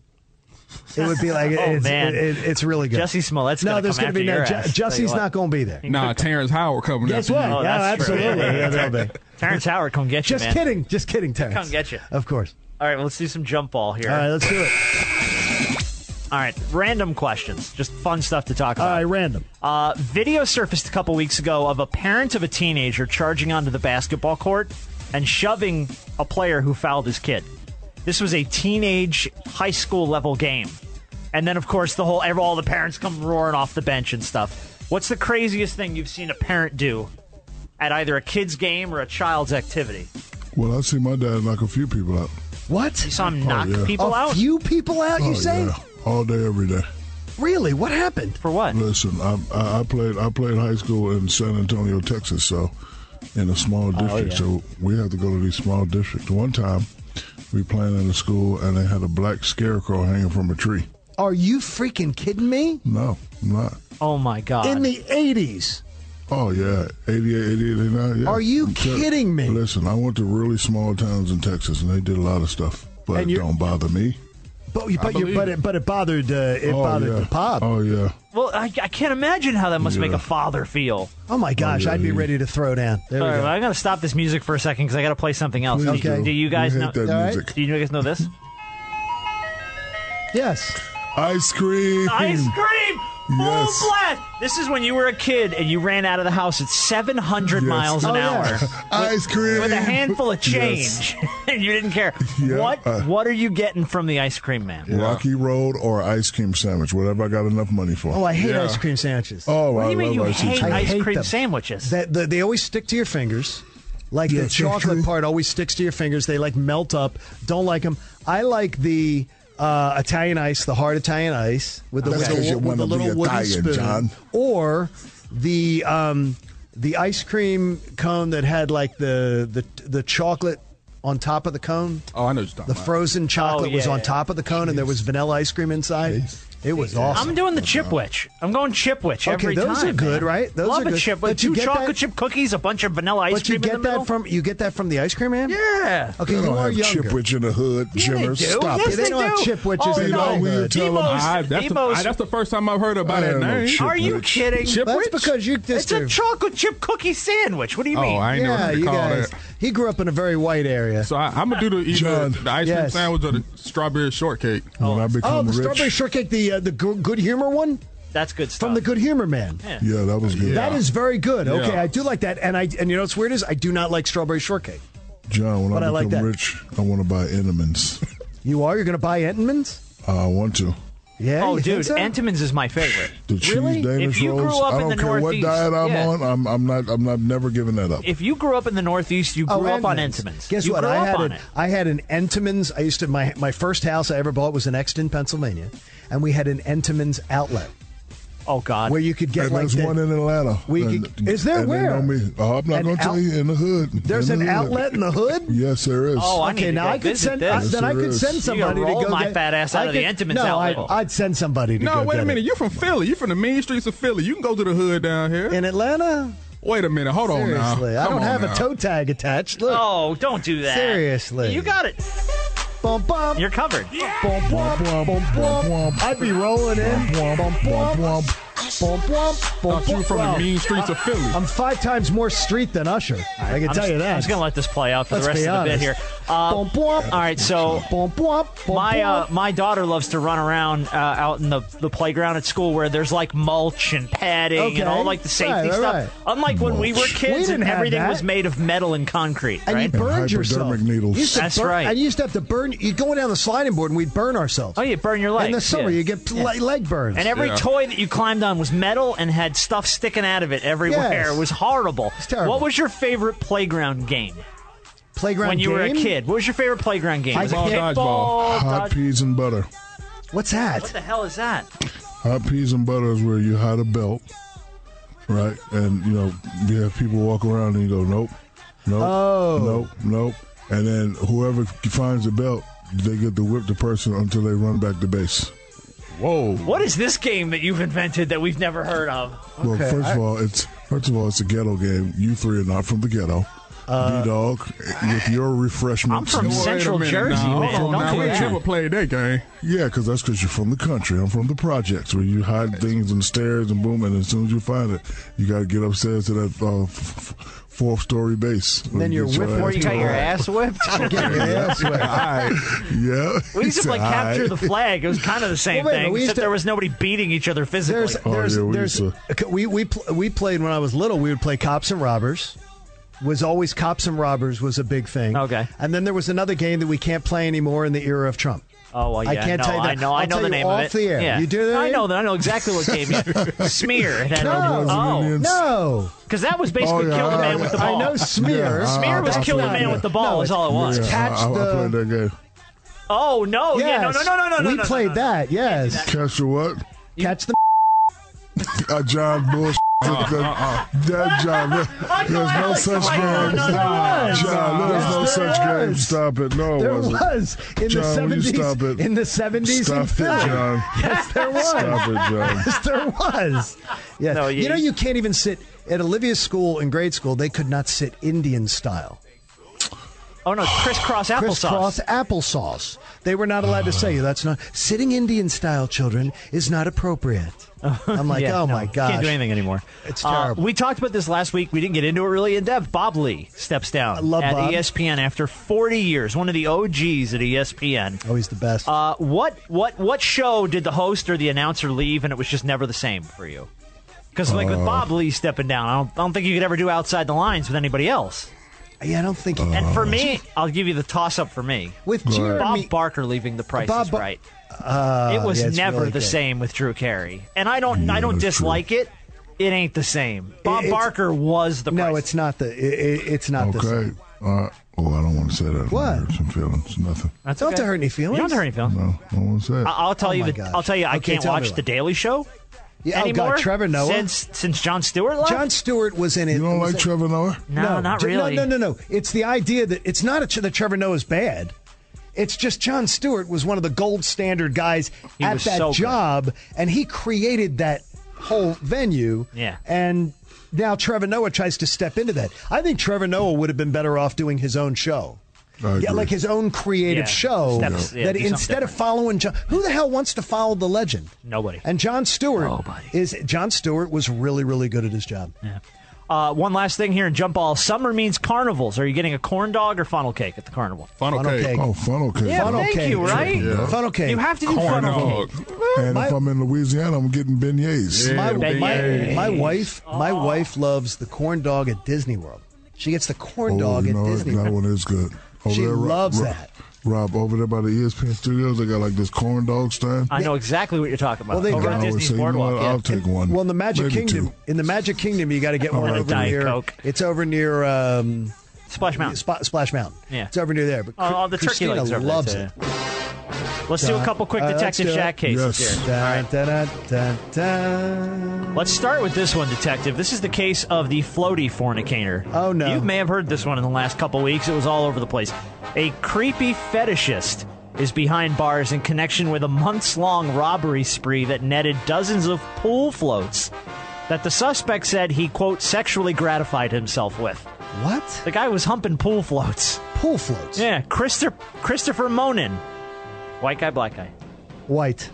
[SPEAKER 3] It would be like
[SPEAKER 4] Oh,
[SPEAKER 3] it's,
[SPEAKER 4] man.
[SPEAKER 3] it- it's really good.
[SPEAKER 4] Jesse Smollett's
[SPEAKER 3] no,
[SPEAKER 4] gonna
[SPEAKER 3] there's
[SPEAKER 4] come
[SPEAKER 3] gonna be
[SPEAKER 4] after
[SPEAKER 3] no.
[SPEAKER 4] your ass, tell you
[SPEAKER 3] Jesse's
[SPEAKER 4] what.
[SPEAKER 3] not going to be there.
[SPEAKER 11] nah, Terrence Howard coming
[SPEAKER 3] Guess
[SPEAKER 11] after
[SPEAKER 3] what?
[SPEAKER 11] you.
[SPEAKER 4] Oh,
[SPEAKER 3] yeah,
[SPEAKER 4] that's true.
[SPEAKER 3] absolutely. Yeah, that'll be.
[SPEAKER 4] Terrence Howard, come get you,
[SPEAKER 3] Just
[SPEAKER 4] man.
[SPEAKER 3] kidding. Just kidding, Terrence.
[SPEAKER 4] Come get you.
[SPEAKER 3] Of course.
[SPEAKER 4] All right, well, let's do some jump ball here.
[SPEAKER 3] All right, let's do it.
[SPEAKER 4] All right, random questions, just fun stuff to talk
[SPEAKER 3] All
[SPEAKER 4] about.
[SPEAKER 3] right, random.
[SPEAKER 4] Uh, video surfaced a couple weeks ago of a parent of a teenager charging onto the basketball court and shoving a player who fouled his kid. This was a teenage high school level game, and then of course the whole ev- all the parents come roaring off the bench and stuff. What's the craziest thing you've seen a parent do at either a kid's game or a child's activity?
[SPEAKER 5] Well, I see my dad knock a few people out.
[SPEAKER 3] What?
[SPEAKER 4] You saw him knock
[SPEAKER 5] Oh, yeah.
[SPEAKER 4] people
[SPEAKER 3] a
[SPEAKER 4] out
[SPEAKER 3] few people out, you
[SPEAKER 5] Oh,
[SPEAKER 3] say?
[SPEAKER 5] yeah. All day, every day.
[SPEAKER 3] Really? What happened?
[SPEAKER 4] for what?
[SPEAKER 5] Listen, I, I, I played I played high school in San Antonio, Texas, so in a
[SPEAKER 3] Oh,
[SPEAKER 5] small district. So we had to go to these small districts. One time, we playing in a school, and they had a black scarecrow hanging from a tree.
[SPEAKER 3] Are you freaking kidding me?
[SPEAKER 5] No, I'm not.
[SPEAKER 4] Oh my god!
[SPEAKER 3] In the 80s.
[SPEAKER 5] Oh yeah, 88, 88, 89. Yeah.
[SPEAKER 3] Are you
[SPEAKER 5] Te-
[SPEAKER 3] kidding me?
[SPEAKER 5] Listen, I went to really small towns in Texas, and they did a lot of stuff, but
[SPEAKER 3] And
[SPEAKER 5] it
[SPEAKER 3] you-
[SPEAKER 5] don't bother me.
[SPEAKER 3] But you,
[SPEAKER 5] I
[SPEAKER 3] but, you,
[SPEAKER 5] believe
[SPEAKER 3] but
[SPEAKER 5] it.
[SPEAKER 3] it but it bothered uh, it
[SPEAKER 5] oh,
[SPEAKER 3] bothered
[SPEAKER 5] yeah.
[SPEAKER 3] the pop.
[SPEAKER 5] Oh yeah.
[SPEAKER 4] Well, I, I can't imagine how that must make
[SPEAKER 5] Yeah.
[SPEAKER 4] a father feel.
[SPEAKER 3] Oh my gosh, I'd be ready to throw down. There we
[SPEAKER 4] All right,
[SPEAKER 3] go.
[SPEAKER 4] well, I'm gonna stop this music for a second because I gotta play something else.
[SPEAKER 5] Please
[SPEAKER 4] Do,
[SPEAKER 5] do.
[SPEAKER 4] do you guys
[SPEAKER 5] We
[SPEAKER 4] know?
[SPEAKER 5] hate that All right. music.
[SPEAKER 4] Do you guys know this?
[SPEAKER 3] Yes.
[SPEAKER 5] Ice cream.
[SPEAKER 4] Ice cream. Full
[SPEAKER 5] Yes.
[SPEAKER 4] blast! This is when you were a kid and you ran out of the house at 700
[SPEAKER 5] Yes.
[SPEAKER 4] miles an
[SPEAKER 3] Oh,
[SPEAKER 4] hour
[SPEAKER 3] yeah.
[SPEAKER 5] Ice cream
[SPEAKER 4] with a handful of
[SPEAKER 5] Yes.
[SPEAKER 4] change, and you didn't care.
[SPEAKER 5] Yeah,
[SPEAKER 4] what
[SPEAKER 5] uh,
[SPEAKER 4] What are you getting from the ice cream man?
[SPEAKER 5] Rocky Road or ice cream sandwich, whatever I got enough money for.
[SPEAKER 3] Oh, I hate
[SPEAKER 11] Yeah.
[SPEAKER 3] ice cream sandwiches.
[SPEAKER 5] Oh,
[SPEAKER 4] what
[SPEAKER 5] I
[SPEAKER 4] do you mean
[SPEAKER 5] love
[SPEAKER 4] you
[SPEAKER 5] ice cream
[SPEAKER 4] hate
[SPEAKER 5] sandwich.
[SPEAKER 4] ice
[SPEAKER 3] hate
[SPEAKER 4] cream
[SPEAKER 3] them.
[SPEAKER 4] sandwiches?
[SPEAKER 3] That the, they always stick to your fingers. Like
[SPEAKER 5] Yes,
[SPEAKER 3] the
[SPEAKER 5] that's
[SPEAKER 3] chocolate
[SPEAKER 5] true.
[SPEAKER 3] part always sticks to your fingers. They like melt up. Don't like them. I like the uh, Italian ice, the hard Italian ice with the,
[SPEAKER 5] That's
[SPEAKER 3] with the,
[SPEAKER 5] 'cause you
[SPEAKER 3] with the
[SPEAKER 5] wanna be
[SPEAKER 3] little wooden
[SPEAKER 5] Italian,
[SPEAKER 3] spoon,
[SPEAKER 5] John.
[SPEAKER 3] or the um, the ice cream cone that had like the the the chocolate on top of the cone.
[SPEAKER 11] Oh, I know what you're talking
[SPEAKER 3] The frozen chocolate was
[SPEAKER 4] Oh, yeah.
[SPEAKER 3] on top of the cone, and there was vanilla ice cream inside. It was awesome.
[SPEAKER 4] I'm doing the Chipwich. I'm going Chipwich
[SPEAKER 3] Okay,
[SPEAKER 4] every
[SPEAKER 3] those
[SPEAKER 4] time.
[SPEAKER 3] are good,
[SPEAKER 4] man.
[SPEAKER 3] right? Those
[SPEAKER 4] Love
[SPEAKER 3] are
[SPEAKER 4] a
[SPEAKER 3] good.
[SPEAKER 4] Chipwich.
[SPEAKER 3] But you
[SPEAKER 4] Two
[SPEAKER 3] get
[SPEAKER 4] chocolate
[SPEAKER 3] that-
[SPEAKER 4] chip cookies, a bunch of vanilla ice
[SPEAKER 3] but
[SPEAKER 4] cream
[SPEAKER 3] you get
[SPEAKER 4] in the middle.
[SPEAKER 3] that from you get that from the ice cream man.
[SPEAKER 4] yeah.
[SPEAKER 3] Okay,
[SPEAKER 5] They
[SPEAKER 3] you
[SPEAKER 5] don't
[SPEAKER 3] are
[SPEAKER 5] have
[SPEAKER 3] younger.
[SPEAKER 5] Chipwich in the hood,
[SPEAKER 4] Yeah, they
[SPEAKER 5] Jimmer.
[SPEAKER 4] do.
[SPEAKER 5] Stop
[SPEAKER 4] yes,
[SPEAKER 5] it.
[SPEAKER 4] they
[SPEAKER 3] They don't have
[SPEAKER 4] do.
[SPEAKER 3] Chipwiches
[SPEAKER 4] oh,
[SPEAKER 5] in
[SPEAKER 4] no.
[SPEAKER 5] there. Will you tell 'em?
[SPEAKER 4] Demos-
[SPEAKER 11] I, Ah, that's, the,
[SPEAKER 4] Demos-
[SPEAKER 11] I- that's the first time I've heard about
[SPEAKER 5] I
[SPEAKER 11] that
[SPEAKER 5] don't know
[SPEAKER 11] name.
[SPEAKER 5] chip-
[SPEAKER 4] Are you
[SPEAKER 5] Chipwich.
[SPEAKER 4] kidding?
[SPEAKER 11] Chip-
[SPEAKER 3] That's
[SPEAKER 11] Rich?
[SPEAKER 3] because you just
[SPEAKER 4] It's a chocolate chip cookie sandwich. What do you mean?
[SPEAKER 11] Oh, I ain't
[SPEAKER 3] yeah,
[SPEAKER 11] never
[SPEAKER 3] you
[SPEAKER 11] call
[SPEAKER 3] guys.
[SPEAKER 11] that.
[SPEAKER 3] He grew up in a very white area.
[SPEAKER 11] So I, I'm gonna do the either
[SPEAKER 5] John.
[SPEAKER 11] the ice cream
[SPEAKER 3] Yes.
[SPEAKER 11] sandwich or the strawberry shortcake.
[SPEAKER 5] When I become
[SPEAKER 3] oh, the
[SPEAKER 5] rich.
[SPEAKER 3] strawberry shortcake, the uh, the go- good humor one
[SPEAKER 4] That's good stuff.
[SPEAKER 3] from the
[SPEAKER 5] Ah.
[SPEAKER 3] good humor man.
[SPEAKER 5] Yeah, that was good.
[SPEAKER 3] That is very good. Okay,
[SPEAKER 11] Yeah.
[SPEAKER 3] I do like that, and I and you know what's weird is I do not like strawberry shortcake.
[SPEAKER 5] John, when
[SPEAKER 3] But
[SPEAKER 5] I
[SPEAKER 3] I like
[SPEAKER 5] become
[SPEAKER 3] that.
[SPEAKER 5] rich, I want to buy Entenmann's.
[SPEAKER 3] You are you're going to buy Entenmann's?
[SPEAKER 5] I want to.
[SPEAKER 3] Yeah.
[SPEAKER 4] oh,
[SPEAKER 3] you think
[SPEAKER 4] dude,
[SPEAKER 3] so?
[SPEAKER 4] Entenmann's is my favorite.
[SPEAKER 5] The cheese
[SPEAKER 3] Really?
[SPEAKER 5] Danish
[SPEAKER 4] If you grew
[SPEAKER 5] rolls.
[SPEAKER 4] up
[SPEAKER 5] I
[SPEAKER 4] in
[SPEAKER 5] don't
[SPEAKER 4] the
[SPEAKER 5] care what
[SPEAKER 4] Northeast,
[SPEAKER 5] diet I'm
[SPEAKER 4] yeah.
[SPEAKER 5] on. I'm, I'm not. I'm not never giving that up.
[SPEAKER 4] If you grew up in the Northeast, you grew
[SPEAKER 3] Oh,
[SPEAKER 4] up on
[SPEAKER 3] Entenmann's.
[SPEAKER 4] Entenmann's.
[SPEAKER 3] Guess
[SPEAKER 4] you
[SPEAKER 3] what?
[SPEAKER 4] Grew
[SPEAKER 3] I
[SPEAKER 4] up
[SPEAKER 3] had
[SPEAKER 4] on
[SPEAKER 3] an I had an Entenmann's. I used to my my first house I ever bought was in Exton, Pennsylvania, and we had an Entenmann's outlet
[SPEAKER 4] Oh God.
[SPEAKER 3] where you could get
[SPEAKER 5] and
[SPEAKER 3] like
[SPEAKER 5] there's
[SPEAKER 3] the-
[SPEAKER 5] one in Atlanta.
[SPEAKER 3] We
[SPEAKER 5] And-
[SPEAKER 3] could- is there
[SPEAKER 5] and they
[SPEAKER 3] where?
[SPEAKER 5] know me. Oh, I'm not
[SPEAKER 3] An
[SPEAKER 5] going to
[SPEAKER 3] out-
[SPEAKER 5] tell you. In the hood.
[SPEAKER 3] There's
[SPEAKER 5] In
[SPEAKER 3] an
[SPEAKER 5] the hood.
[SPEAKER 3] outlet in the hood.
[SPEAKER 5] Yes, there is.
[SPEAKER 4] Oh, I need
[SPEAKER 3] okay,
[SPEAKER 4] to
[SPEAKER 3] now
[SPEAKER 4] go
[SPEAKER 3] I could
[SPEAKER 4] visit
[SPEAKER 3] send.
[SPEAKER 4] this.
[SPEAKER 3] I, then I
[SPEAKER 5] Yes, there
[SPEAKER 3] could
[SPEAKER 5] is.
[SPEAKER 3] send
[SPEAKER 4] You gotta
[SPEAKER 3] somebody
[SPEAKER 4] roll
[SPEAKER 3] to go
[SPEAKER 4] my
[SPEAKER 3] get,
[SPEAKER 4] fat ass
[SPEAKER 3] I
[SPEAKER 4] out of the
[SPEAKER 3] could-
[SPEAKER 4] Entenmann's
[SPEAKER 3] No,
[SPEAKER 4] outlet.
[SPEAKER 3] I, I'd send somebody to go
[SPEAKER 11] No, wait
[SPEAKER 3] get
[SPEAKER 11] a
[SPEAKER 3] it.
[SPEAKER 11] minute. You're from Philly. You're from the mean streets of Philly. You can go to the hood down here.
[SPEAKER 3] in Atlanta?
[SPEAKER 11] wait a minute. Hold on
[SPEAKER 3] Seriously,
[SPEAKER 11] now.
[SPEAKER 3] I
[SPEAKER 11] Oh, Come
[SPEAKER 3] don't
[SPEAKER 11] on
[SPEAKER 3] have
[SPEAKER 11] now.
[SPEAKER 3] a toe tag attached. Look,
[SPEAKER 4] oh, don't do that.
[SPEAKER 3] Seriously.
[SPEAKER 4] You got it.
[SPEAKER 3] bum bum.
[SPEAKER 4] You're covered.
[SPEAKER 3] Bum, bum, bum, bum, bum. I'd be rolling in. Bum, bum, bum, bum, bum, bum,
[SPEAKER 11] Thought you were from
[SPEAKER 3] Well,
[SPEAKER 11] the mean streets of Philly.
[SPEAKER 3] I'm five times more street than Usher. I can tell
[SPEAKER 4] I'm just,
[SPEAKER 3] you that.
[SPEAKER 4] I'm just gonna let this play out for
[SPEAKER 3] Let's
[SPEAKER 4] the rest
[SPEAKER 3] be
[SPEAKER 4] of the bit
[SPEAKER 3] honest.
[SPEAKER 4] here. Uh,
[SPEAKER 3] Bum, bum.
[SPEAKER 4] all right, so
[SPEAKER 3] Bum, bum, bum,
[SPEAKER 4] my uh,
[SPEAKER 3] bum.
[SPEAKER 4] my daughter loves to run around uh, out in the, the playground at school where there's like mulch and padding
[SPEAKER 3] Okay.
[SPEAKER 4] and all like the safety
[SPEAKER 3] Right, right,
[SPEAKER 4] stuff.
[SPEAKER 3] right.
[SPEAKER 4] Unlike when we were
[SPEAKER 5] Mulch.
[SPEAKER 3] We
[SPEAKER 4] kids
[SPEAKER 3] didn't
[SPEAKER 4] and
[SPEAKER 3] have
[SPEAKER 4] everything
[SPEAKER 3] that.
[SPEAKER 4] was made of metal and concrete,
[SPEAKER 3] And
[SPEAKER 4] right?
[SPEAKER 3] you burned
[SPEAKER 5] hypodermic
[SPEAKER 3] yourself.
[SPEAKER 5] needles.
[SPEAKER 3] You used to
[SPEAKER 4] That's
[SPEAKER 3] burn-
[SPEAKER 4] right.
[SPEAKER 3] And you used to have to burn. You'd go down the sliding board and we'd burn ourselves.
[SPEAKER 4] oh, you burn your legs
[SPEAKER 3] In the summer,
[SPEAKER 4] yeah.
[SPEAKER 3] you get
[SPEAKER 4] Yeah.
[SPEAKER 3] le- leg burns.
[SPEAKER 4] And every
[SPEAKER 11] Yeah.
[SPEAKER 4] toy that you climbed on was metal and had stuff sticking out of it everywhere.
[SPEAKER 3] Yes.
[SPEAKER 4] It was horrible.
[SPEAKER 3] It's terrible.
[SPEAKER 4] What was your favorite playground game
[SPEAKER 3] playground
[SPEAKER 4] when you
[SPEAKER 3] game?
[SPEAKER 4] were a kid? What was your favorite playground game?
[SPEAKER 3] I
[SPEAKER 4] was it
[SPEAKER 11] can't-
[SPEAKER 4] kickball,
[SPEAKER 5] Hot
[SPEAKER 4] dodge-
[SPEAKER 5] peas and butter.
[SPEAKER 3] What's
[SPEAKER 4] What
[SPEAKER 3] that?
[SPEAKER 4] the hell is that?
[SPEAKER 5] Hot peas and butter is where you hide a belt, right? And you know, you have people walk around and you go, nope, nope, nope, nope. And then whoever finds the belt, they get to whip the person until they run back to base.
[SPEAKER 11] Whoa.
[SPEAKER 4] What is this game that you've invented that we've never heard of?
[SPEAKER 5] well,
[SPEAKER 3] Okay,
[SPEAKER 5] first
[SPEAKER 3] I-
[SPEAKER 5] of all, it's first of all, it's a ghetto game. You three are not from the ghetto. B dog, with your
[SPEAKER 4] I'm
[SPEAKER 5] refreshments.
[SPEAKER 4] from
[SPEAKER 5] you-
[SPEAKER 11] Wait a
[SPEAKER 4] Central
[SPEAKER 11] minute
[SPEAKER 4] Jersey,
[SPEAKER 11] now.
[SPEAKER 4] man.
[SPEAKER 11] Hold on
[SPEAKER 4] Don't
[SPEAKER 11] now.
[SPEAKER 4] do
[SPEAKER 11] We ain't
[SPEAKER 4] that.
[SPEAKER 11] never played that game.
[SPEAKER 5] Yeah, because that's because you're from the country. I'm from the projects where you hide things in the stairs and boom, and as soon as you find it, you got to get upstairs to that uh, f- f- fourth story base.
[SPEAKER 3] then you're
[SPEAKER 5] Get your
[SPEAKER 3] whipping- Or
[SPEAKER 4] You got your ass whipped.
[SPEAKER 5] Yeah.
[SPEAKER 4] We used to play capture the flag. It was kind of the same
[SPEAKER 3] Well, wait a minute,
[SPEAKER 4] thing,
[SPEAKER 3] we used
[SPEAKER 4] except
[SPEAKER 3] to-
[SPEAKER 4] there was nobody beating each other physically.
[SPEAKER 3] There's,
[SPEAKER 5] Oh,
[SPEAKER 3] there's,
[SPEAKER 5] yeah, we
[SPEAKER 3] there's,
[SPEAKER 5] used
[SPEAKER 3] okay, we we pl- we played when I was little. We would play cops and robbers. Was always cops and robbers was a big thing.
[SPEAKER 4] Okay.
[SPEAKER 3] and then there was another game that we can't play anymore in the era of Trump.
[SPEAKER 4] Oh well, yeah.
[SPEAKER 3] I can't
[SPEAKER 4] no,
[SPEAKER 3] tell you that.
[SPEAKER 4] I know. I
[SPEAKER 3] I'll
[SPEAKER 4] know
[SPEAKER 3] tell
[SPEAKER 4] the
[SPEAKER 3] you
[SPEAKER 4] name of
[SPEAKER 3] off
[SPEAKER 4] it.
[SPEAKER 3] the air.
[SPEAKER 4] Yeah.
[SPEAKER 3] You do that?
[SPEAKER 4] I know that. I know exactly what game. you- Smear. It had
[SPEAKER 3] No.
[SPEAKER 4] Oh,
[SPEAKER 5] Indians.
[SPEAKER 3] No,
[SPEAKER 4] because that was
[SPEAKER 5] Oh,
[SPEAKER 4] basically
[SPEAKER 5] yeah,
[SPEAKER 4] kill the
[SPEAKER 5] I-
[SPEAKER 4] man with the ball.
[SPEAKER 3] I know smear.
[SPEAKER 5] Yeah,
[SPEAKER 4] Smear
[SPEAKER 5] I-
[SPEAKER 3] Uh,
[SPEAKER 4] was
[SPEAKER 5] I
[SPEAKER 4] kill the
[SPEAKER 5] played
[SPEAKER 4] man
[SPEAKER 5] that.
[SPEAKER 4] with the ball.
[SPEAKER 3] No,
[SPEAKER 4] is all it was.
[SPEAKER 5] Yeah,
[SPEAKER 3] Catch
[SPEAKER 5] I, I
[SPEAKER 3] the-
[SPEAKER 5] played that game.
[SPEAKER 4] Oh no! Yeah, no,
[SPEAKER 3] Yes.
[SPEAKER 4] no, no, no, no, no.
[SPEAKER 3] We
[SPEAKER 4] no,
[SPEAKER 3] played
[SPEAKER 4] no, no.
[SPEAKER 3] that. Yes,
[SPEAKER 5] Catch the what?
[SPEAKER 3] catch the
[SPEAKER 5] Uh, John Bush. that, that, that John, there- there's no such game. John, there's no
[SPEAKER 3] Yes, there
[SPEAKER 5] such game.
[SPEAKER 3] was.
[SPEAKER 5] Stop it. No, it
[SPEAKER 3] There
[SPEAKER 5] wasn't.
[SPEAKER 3] was. In the
[SPEAKER 5] John, will you
[SPEAKER 3] 70s
[SPEAKER 5] stop it?
[SPEAKER 3] in the 70s in
[SPEAKER 5] Stop it,
[SPEAKER 3] Philly.
[SPEAKER 5] John.
[SPEAKER 3] Yes, there was.
[SPEAKER 5] Stop it, John.
[SPEAKER 3] Yes, there was. Yeah.
[SPEAKER 4] No,
[SPEAKER 3] you,
[SPEAKER 4] you-
[SPEAKER 3] know, you can't even sit at Olivia's school in grade school. They could not sit Indian style.
[SPEAKER 4] Oh no, crisscross applesauce.
[SPEAKER 3] Crisscross applesauce. They were not allowed to say that's not sitting Indian style. Children is not appropriate. I'm like,
[SPEAKER 4] Yeah,
[SPEAKER 3] oh
[SPEAKER 4] no,
[SPEAKER 3] my
[SPEAKER 4] can't
[SPEAKER 3] gosh,
[SPEAKER 4] do anything anymore.
[SPEAKER 3] It's
[SPEAKER 4] Uh,
[SPEAKER 3] terrible.
[SPEAKER 4] we talked about this last week. We didn't get into it really in depth. Bob Lee steps down
[SPEAKER 3] love
[SPEAKER 4] at E
[SPEAKER 3] Bob.
[SPEAKER 4] ESPN after 40 years, one of the OGs at E ESPN.
[SPEAKER 3] Oh, he's the best.
[SPEAKER 4] Uh, what what what show did the host or the announcer leave, and it was just never the same for you? Because like with Bob
[SPEAKER 3] Uh.
[SPEAKER 4] Lee stepping down, I don't, I don't think you could ever do outside the lines with anybody else.
[SPEAKER 3] yeah, I don't think.
[SPEAKER 4] And for
[SPEAKER 3] Uh.
[SPEAKER 4] me, I'll give you the toss up for me
[SPEAKER 3] With Jeremy-
[SPEAKER 4] Bob Barker leaving the Price
[SPEAKER 3] Bob
[SPEAKER 4] is
[SPEAKER 3] Ba-
[SPEAKER 4] Right.
[SPEAKER 3] Uh,
[SPEAKER 4] It was
[SPEAKER 3] yeah, it's
[SPEAKER 4] never
[SPEAKER 3] really
[SPEAKER 4] the
[SPEAKER 3] good.
[SPEAKER 4] same with Drew Carey, and I don't I don't
[SPEAKER 5] that's
[SPEAKER 4] dislike it. It ain't the same. Bob
[SPEAKER 3] it's-
[SPEAKER 4] Barker was the
[SPEAKER 3] No,
[SPEAKER 4] price.
[SPEAKER 3] it's not the. It, it- it's not the
[SPEAKER 5] Okay.
[SPEAKER 3] same.
[SPEAKER 5] All right. Oh, I don't want to say that.
[SPEAKER 3] What?
[SPEAKER 5] It hurts some feelings. Nothing.
[SPEAKER 4] That's
[SPEAKER 3] Don't
[SPEAKER 4] okay.
[SPEAKER 3] hurt any feelings.
[SPEAKER 4] You don't hurt any feelings.
[SPEAKER 5] No, I don't want to say it.
[SPEAKER 4] I- I'll tell
[SPEAKER 3] Oh
[SPEAKER 4] you.
[SPEAKER 3] my
[SPEAKER 4] The,
[SPEAKER 3] gosh.
[SPEAKER 4] I'll tell you. I
[SPEAKER 3] Okay,
[SPEAKER 4] can't
[SPEAKER 3] tell me
[SPEAKER 4] watch
[SPEAKER 3] why.
[SPEAKER 4] the Daily Show
[SPEAKER 3] Yeah, oh, God,
[SPEAKER 4] anymore.
[SPEAKER 3] Trevor Noah?
[SPEAKER 4] since since John Stewart left.
[SPEAKER 3] John Stewart was in it.
[SPEAKER 5] you don't
[SPEAKER 3] was
[SPEAKER 5] like
[SPEAKER 3] it-
[SPEAKER 5] Trevor Noah?
[SPEAKER 4] no, not
[SPEAKER 3] Ju-
[SPEAKER 4] really.
[SPEAKER 3] No, no, no, no. It's the idea that it's not a, that Trevor Noah's bad. It's just John Stewart was one of the gold standard guys
[SPEAKER 4] He
[SPEAKER 3] at
[SPEAKER 4] was
[SPEAKER 3] that
[SPEAKER 4] so good.
[SPEAKER 3] job, and he created that whole venue.
[SPEAKER 4] Yeah.
[SPEAKER 3] And now Trevor Noah tries to step into that. I think Trevor Noah would have been better off doing his own show.
[SPEAKER 5] I
[SPEAKER 3] Yeah,
[SPEAKER 5] agree.
[SPEAKER 3] like his own creative
[SPEAKER 4] Yeah.
[SPEAKER 3] show.
[SPEAKER 4] Steps- yeah,
[SPEAKER 3] that
[SPEAKER 4] do something
[SPEAKER 3] instead of
[SPEAKER 4] different.
[SPEAKER 3] following John, who the hell wants to follow the legend?
[SPEAKER 4] Nobody.
[SPEAKER 3] And John Stewart
[SPEAKER 4] Nobody.
[SPEAKER 3] is John Stewart was really, really good at his job.
[SPEAKER 4] Uh, one last thing here in jump ball. Summer means carnivals. Are you getting a corn dog or funnel cake at the carnival?
[SPEAKER 11] Funnel,
[SPEAKER 3] Funnel
[SPEAKER 11] cake.
[SPEAKER 3] cake.
[SPEAKER 5] Oh, funnel cake.
[SPEAKER 4] Yeah,
[SPEAKER 3] funnel
[SPEAKER 4] thank
[SPEAKER 3] cake.
[SPEAKER 4] you. Right?
[SPEAKER 5] Yeah.
[SPEAKER 3] Funnel cake.
[SPEAKER 4] You have to do
[SPEAKER 11] Corn
[SPEAKER 4] funnel
[SPEAKER 11] dog.
[SPEAKER 4] cake.
[SPEAKER 5] And
[SPEAKER 3] My-
[SPEAKER 5] if I'm in Louisiana, I'm getting beignets.
[SPEAKER 11] Yeah.
[SPEAKER 3] my,
[SPEAKER 11] beignets.
[SPEAKER 3] my, my wife my wife loves the corn dog at Disney World. She gets the corn dog
[SPEAKER 5] Oh, you
[SPEAKER 3] at
[SPEAKER 5] know, what?
[SPEAKER 3] Disney
[SPEAKER 5] That
[SPEAKER 3] World.
[SPEAKER 5] one is good. Over
[SPEAKER 3] She
[SPEAKER 5] there, Rob-
[SPEAKER 3] loves
[SPEAKER 5] Rob-
[SPEAKER 3] that.
[SPEAKER 5] Rob, over there by the E ESPN studios, they got like this corn dog stand.
[SPEAKER 4] I know exactly what you're talking about.
[SPEAKER 3] Well, they've
[SPEAKER 4] Over
[SPEAKER 3] got-
[SPEAKER 4] at
[SPEAKER 5] I always
[SPEAKER 4] Disney's
[SPEAKER 5] say, you know
[SPEAKER 4] Boardwalk.
[SPEAKER 5] what,
[SPEAKER 4] yeah.
[SPEAKER 5] I'll take one.
[SPEAKER 3] Well, in the Magic
[SPEAKER 5] Maybe
[SPEAKER 3] Kingdom,
[SPEAKER 5] two.
[SPEAKER 3] in the Magic Kingdom, you got to get one
[SPEAKER 4] And a
[SPEAKER 3] over
[SPEAKER 4] Diet
[SPEAKER 3] near.
[SPEAKER 4] Coke.
[SPEAKER 3] It's over near um,
[SPEAKER 4] Splash Mountain.
[SPEAKER 3] Sp- Splash Mountain.
[SPEAKER 4] Yeah.
[SPEAKER 3] it's over near there. But
[SPEAKER 4] Oh, all the turkey
[SPEAKER 3] Christina
[SPEAKER 4] legs over there,
[SPEAKER 3] loves
[SPEAKER 4] too.
[SPEAKER 3] it.
[SPEAKER 4] Let's do a couple quick
[SPEAKER 3] All right, let's
[SPEAKER 4] detective
[SPEAKER 3] do it.
[SPEAKER 4] Shack cases here.
[SPEAKER 5] Yes.
[SPEAKER 3] Dun, dun, dun, dun, dun.
[SPEAKER 4] Let's start with this one, Detective. This is the case of the floaty fornicator.
[SPEAKER 3] Oh, no.
[SPEAKER 4] You may have heard this one in the last couple weeks. It was all over the place. A creepy fetishist is behind bars in connection with a months long robbery spree that netted dozens of pool floats that the suspect said he, quote, sexually gratified himself with.
[SPEAKER 3] What?
[SPEAKER 4] The guy was humping pool floats.
[SPEAKER 3] Pool floats.
[SPEAKER 4] Yeah, Christopher, Christopher Monin. White guy, black guy.
[SPEAKER 3] White.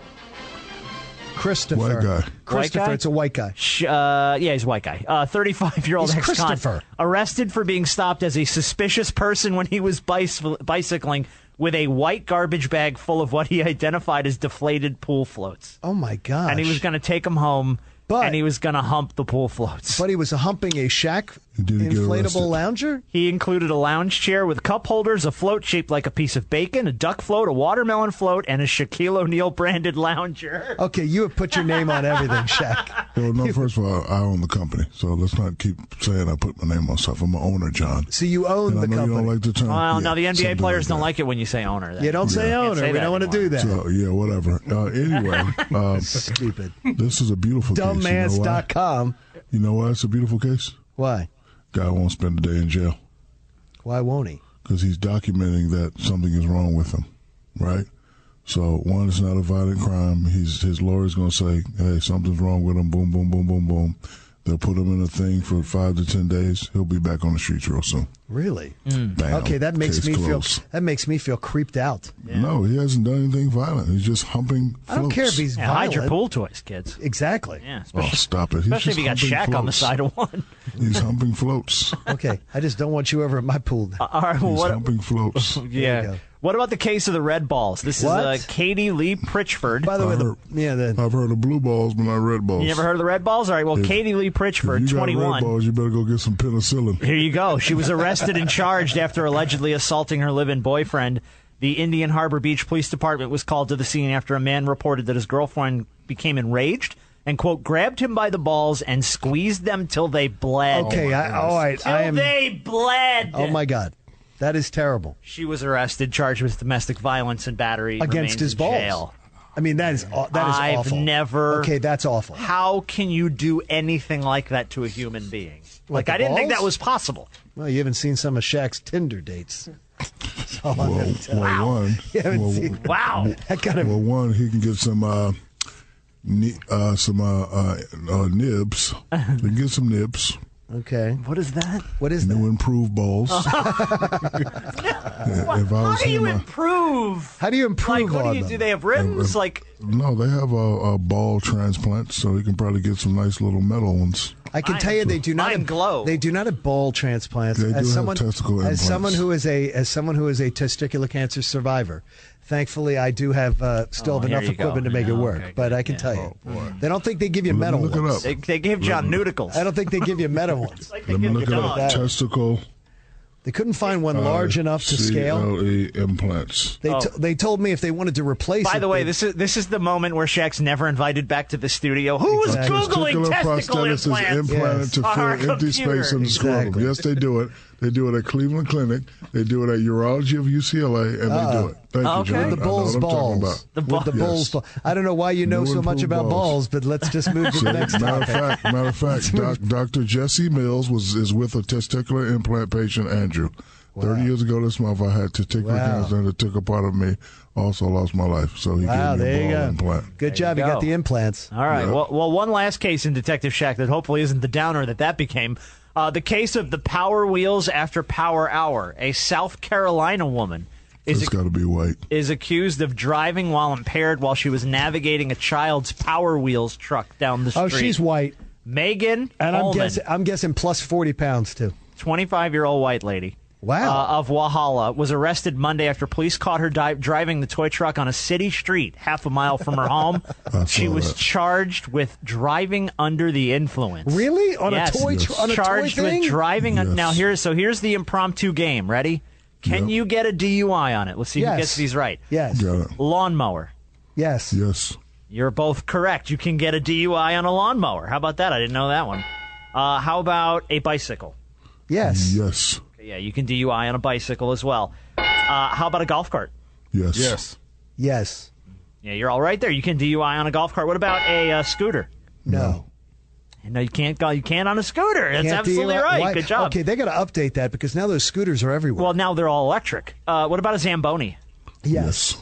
[SPEAKER 3] Christopher.
[SPEAKER 5] White guy.
[SPEAKER 3] Christopher.
[SPEAKER 4] White guy?
[SPEAKER 3] It's a white guy.
[SPEAKER 4] Sh- uh, yeah, he's a white guy. Uh, 35-year-old
[SPEAKER 3] He's
[SPEAKER 4] ex-con
[SPEAKER 3] Christopher.
[SPEAKER 4] arrested for being stopped as a suspicious person when he was bice- bicycling with a white garbage bag full of what he identified as deflated pool floats.
[SPEAKER 3] Oh my gosh.
[SPEAKER 4] And he was going to take them home,
[SPEAKER 3] But-
[SPEAKER 4] and he was going to hump the pool floats.
[SPEAKER 3] But he was humping a shack
[SPEAKER 5] You do get arrested.
[SPEAKER 3] inflatable lounger.
[SPEAKER 4] He included a lounge chair with cup holders, a float shaped like a piece of bacon, a duck float, a watermelon float, and a Shaquille O'Neal branded lounger.
[SPEAKER 3] Okay, you have put your name on everything, Shaq.
[SPEAKER 5] Well, no, first of all, I own the company, so let's not keep saying I put my name on stuff. I'm an owner, John.
[SPEAKER 3] So you own
[SPEAKER 5] and I
[SPEAKER 3] the
[SPEAKER 5] know
[SPEAKER 3] company.
[SPEAKER 5] you don't like the term.
[SPEAKER 4] Well,
[SPEAKER 5] Yeah,
[SPEAKER 4] now the
[SPEAKER 5] something
[SPEAKER 4] NBA players don't
[SPEAKER 5] that.
[SPEAKER 4] like it when you say owner. then.
[SPEAKER 3] you don't say
[SPEAKER 4] Can't
[SPEAKER 3] owner.
[SPEAKER 4] say
[SPEAKER 3] we
[SPEAKER 4] that
[SPEAKER 3] don't want to do
[SPEAKER 4] anymore.
[SPEAKER 3] that.
[SPEAKER 5] So yeah, whatever. Uh, anyway, um,
[SPEAKER 3] Stupid.
[SPEAKER 5] this is a beautiful case. You know, why?
[SPEAKER 3] Dumbass.com.
[SPEAKER 5] you know why it's a beautiful case?
[SPEAKER 3] Why?
[SPEAKER 5] Guy won't spend a day in jail
[SPEAKER 3] Why won't he?
[SPEAKER 5] because he's documenting that something is wrong with him, right? So one, it's not a violent crime. He's his lawyer's gonna say, "Hey, something's wrong with him." Boom, boom, boom, boom, boom. They'll put him in a thing for five to ten days. He'll be back on the streets real soon.
[SPEAKER 3] Really?
[SPEAKER 5] Bam.
[SPEAKER 3] Okay, that makes
[SPEAKER 5] Mm. Case
[SPEAKER 3] me
[SPEAKER 5] closed.
[SPEAKER 3] feel that makes me feel creeped out.
[SPEAKER 5] No, he hasn't done anything violent. He's just humping.
[SPEAKER 3] I don't care if
[SPEAKER 5] floats.
[SPEAKER 3] he's
[SPEAKER 4] Yeah, hide your
[SPEAKER 3] violent.
[SPEAKER 4] pool toys, kids.
[SPEAKER 3] Exactly.
[SPEAKER 4] Yeah,
[SPEAKER 5] Oh,
[SPEAKER 4] especially,
[SPEAKER 5] stop it! He's
[SPEAKER 4] especially
[SPEAKER 5] just
[SPEAKER 4] if you got
[SPEAKER 5] humping
[SPEAKER 4] Shaq on the
[SPEAKER 5] floats.
[SPEAKER 4] side of one.
[SPEAKER 5] He's humping floats.
[SPEAKER 3] Okay. I just don't want you over at my pool.
[SPEAKER 4] All right, well,
[SPEAKER 5] He's
[SPEAKER 4] what?
[SPEAKER 5] humping floats.
[SPEAKER 4] Yeah.
[SPEAKER 3] go.
[SPEAKER 4] What about the case of the red balls? This is
[SPEAKER 3] What?
[SPEAKER 4] uh, Katie Lee Pritchford.
[SPEAKER 3] By the way, the,
[SPEAKER 5] Herb.
[SPEAKER 3] yeah, the
[SPEAKER 5] I've heard of blue balls, but not red balls.
[SPEAKER 4] you never heard of the red balls? All right. Well,
[SPEAKER 5] If-
[SPEAKER 4] Katie Lee
[SPEAKER 5] if
[SPEAKER 4] Pritchford,
[SPEAKER 5] you got red
[SPEAKER 4] 21.
[SPEAKER 5] balls, you better go get some penicillin.
[SPEAKER 4] Here you go. She was arrested and charged after allegedly assaulting her live in boyfriend. The Indian Harbor Beach Police Department was called to the scene after a man reported that his girlfriend became enraged and, quote, grabbed him by the balls and squeezed them till they bled.
[SPEAKER 3] Okay, I, all right.
[SPEAKER 4] Till
[SPEAKER 3] I am
[SPEAKER 4] they bled.
[SPEAKER 3] Oh my god. That is terrible.
[SPEAKER 4] She was arrested, charged with domestic violence and battery
[SPEAKER 3] Against
[SPEAKER 4] remains
[SPEAKER 3] his
[SPEAKER 4] in
[SPEAKER 3] balls.
[SPEAKER 4] Jail.
[SPEAKER 3] I mean, that is aw- that is
[SPEAKER 4] I've
[SPEAKER 3] awful.
[SPEAKER 4] never.
[SPEAKER 3] Okay, that's awful.
[SPEAKER 4] How can you do anything like that to a human being?
[SPEAKER 3] What,
[SPEAKER 4] Like,
[SPEAKER 3] the
[SPEAKER 4] I didn't think
[SPEAKER 3] balls?
[SPEAKER 4] that was possible.
[SPEAKER 3] Well, you haven't seen some of Shaq's Tinder dates. That's all I'm gonna tell you.
[SPEAKER 5] Well, one.
[SPEAKER 3] You haven't
[SPEAKER 5] well,
[SPEAKER 3] seen-
[SPEAKER 4] Wow.
[SPEAKER 3] That kind of
[SPEAKER 5] well, one, he can get some uh, ni- uh, some uh, uh, uh, nibs. He can get some nibs.
[SPEAKER 3] okay.
[SPEAKER 4] What is that?
[SPEAKER 3] What is
[SPEAKER 5] New
[SPEAKER 3] that?
[SPEAKER 5] improved balls. if I
[SPEAKER 4] How
[SPEAKER 5] was
[SPEAKER 4] do you
[SPEAKER 5] him, uh, I-
[SPEAKER 4] improve?
[SPEAKER 3] How do you improve
[SPEAKER 4] Like, what
[SPEAKER 3] on
[SPEAKER 4] do you
[SPEAKER 3] them?
[SPEAKER 4] do? They have rims. Like,
[SPEAKER 5] no, they have a, a ball transplant, so he can probably get some nice little metal ones.
[SPEAKER 3] I can
[SPEAKER 4] Mine-
[SPEAKER 3] tell you they do not
[SPEAKER 4] mine glow.
[SPEAKER 3] They do not have ball transplants.
[SPEAKER 5] They do have
[SPEAKER 3] as someone,
[SPEAKER 5] testicle
[SPEAKER 3] as
[SPEAKER 5] implants.
[SPEAKER 3] someone who is a as someone who is a testicular cancer survivor. Thankfully, I do have uh, still
[SPEAKER 4] Oh,
[SPEAKER 3] have
[SPEAKER 4] here
[SPEAKER 3] enough
[SPEAKER 4] you go.
[SPEAKER 3] equipment to make
[SPEAKER 4] Yeah,
[SPEAKER 3] it work.
[SPEAKER 4] okay,
[SPEAKER 3] but
[SPEAKER 4] good, Oh,
[SPEAKER 3] I can
[SPEAKER 4] yeah.
[SPEAKER 3] tell you, they don't think they give you
[SPEAKER 5] Let me
[SPEAKER 3] metal
[SPEAKER 5] look it
[SPEAKER 3] ones.
[SPEAKER 5] up.
[SPEAKER 4] they, they give John nudicles.
[SPEAKER 3] I don't think they give you metal ones.
[SPEAKER 4] Like they
[SPEAKER 5] Let me
[SPEAKER 4] give
[SPEAKER 5] look
[SPEAKER 4] your
[SPEAKER 5] at
[SPEAKER 4] dog.
[SPEAKER 5] a testicle
[SPEAKER 3] They couldn't find
[SPEAKER 5] Uh,
[SPEAKER 3] one large enough to scale.
[SPEAKER 5] CLE E implants.
[SPEAKER 3] They to- they told me if they wanted to replace.
[SPEAKER 4] Oh. By
[SPEAKER 3] it,
[SPEAKER 4] the way,
[SPEAKER 3] they-
[SPEAKER 4] this is this is the moment where Shaq's never invited back to the studio. Who was
[SPEAKER 3] Exactly.
[SPEAKER 4] googling
[SPEAKER 5] Testicular
[SPEAKER 4] testicle
[SPEAKER 5] prosthesis
[SPEAKER 4] implants?
[SPEAKER 5] implanted
[SPEAKER 3] Yes.
[SPEAKER 5] to
[SPEAKER 4] On
[SPEAKER 5] fill
[SPEAKER 4] our
[SPEAKER 5] empty
[SPEAKER 4] computer.
[SPEAKER 5] space in the scrotum.
[SPEAKER 3] Exactly.
[SPEAKER 5] Yes, they do it. They do it at Cleveland Clinic. They do it at Urology of UCLA, and they do it. Thank
[SPEAKER 4] Okay.
[SPEAKER 5] you, John.
[SPEAKER 3] Uh, the
[SPEAKER 5] I know
[SPEAKER 3] Bulls
[SPEAKER 5] what I'm talking
[SPEAKER 3] balls.
[SPEAKER 5] about.
[SPEAKER 4] The
[SPEAKER 3] With
[SPEAKER 4] Bulls.
[SPEAKER 3] the Bulls
[SPEAKER 5] Yes.
[SPEAKER 3] ball. I don't know why you know
[SPEAKER 5] New
[SPEAKER 3] so much
[SPEAKER 5] improved
[SPEAKER 3] about balls,
[SPEAKER 5] balls.
[SPEAKER 3] but let's just move to
[SPEAKER 5] So,
[SPEAKER 3] the
[SPEAKER 5] matter
[SPEAKER 3] next
[SPEAKER 5] of
[SPEAKER 3] topic.
[SPEAKER 5] fact, matter of fact, doc, Dr. Jesse Mills was is with a testicular implant patient, Andrew. Thirty years ago this month, I had testicular
[SPEAKER 3] Wow.
[SPEAKER 5] cancer that took a part of me. Also lost my life, so he
[SPEAKER 3] Wow,
[SPEAKER 5] gave
[SPEAKER 3] there
[SPEAKER 5] me a
[SPEAKER 3] you
[SPEAKER 5] ball
[SPEAKER 3] go.
[SPEAKER 5] implant.
[SPEAKER 3] Good job,
[SPEAKER 4] you
[SPEAKER 3] you got
[SPEAKER 4] go.
[SPEAKER 3] the implants.
[SPEAKER 4] All right. Well, well, one last case in Detective Shack that hopefully isn't the downer that that became. Uh, the case of the Power Wheels after Power Hour. A South Carolina woman is
[SPEAKER 5] It's got to be white.
[SPEAKER 4] is accused of driving while impaired while she was navigating a child's Power Wheels truck down the street.
[SPEAKER 3] Oh, she's white,
[SPEAKER 4] Megan
[SPEAKER 3] and I'm
[SPEAKER 4] Holman,
[SPEAKER 3] guessing I'm guessing plus forty pounds too.
[SPEAKER 4] 25 year old white lady.
[SPEAKER 3] Wow.
[SPEAKER 4] Uh, of Wahala was arrested Monday after police caught her di- driving the toy truck on a city street half a mile from her home.
[SPEAKER 5] I
[SPEAKER 4] she
[SPEAKER 5] saw
[SPEAKER 4] was
[SPEAKER 5] that.
[SPEAKER 4] charged with driving under the influence.
[SPEAKER 3] Really? On a
[SPEAKER 4] Yes.
[SPEAKER 3] toy tr- on a toy
[SPEAKER 4] charged
[SPEAKER 3] thing?
[SPEAKER 4] with driving. un-
[SPEAKER 5] Yes.
[SPEAKER 4] now here's so here's the impromptu game. Ready? Can
[SPEAKER 5] Yep.
[SPEAKER 4] you get a DUI on it? Let's see who gets these right.
[SPEAKER 3] Yes.
[SPEAKER 5] Got it.
[SPEAKER 4] Lawnmower.
[SPEAKER 3] Yes.
[SPEAKER 5] Yes.
[SPEAKER 4] You're both correct. You can get a DUI on a lawnmower. How about that? I didn't know that one. Uh, how about a bicycle?
[SPEAKER 3] Yes.
[SPEAKER 5] Yes.
[SPEAKER 4] Yeah, you can DUI on a bicycle as well. Uh, how about a golf cart?
[SPEAKER 5] Yes.
[SPEAKER 11] Yes.
[SPEAKER 3] Yes.
[SPEAKER 4] Yeah, you're all right there. You can DUI on a golf cart. What about a uh, scooter?
[SPEAKER 3] No.
[SPEAKER 4] No, you can't go. You can't on a scooter. That's
[SPEAKER 3] Can't
[SPEAKER 4] absolutely
[SPEAKER 3] DUI.
[SPEAKER 4] right.
[SPEAKER 3] Why-
[SPEAKER 4] Good job.
[SPEAKER 3] Okay, they got to update that because now those scooters are everywhere.
[SPEAKER 4] Well, now they're all electric. Uh, what about a Zamboni?
[SPEAKER 3] yes.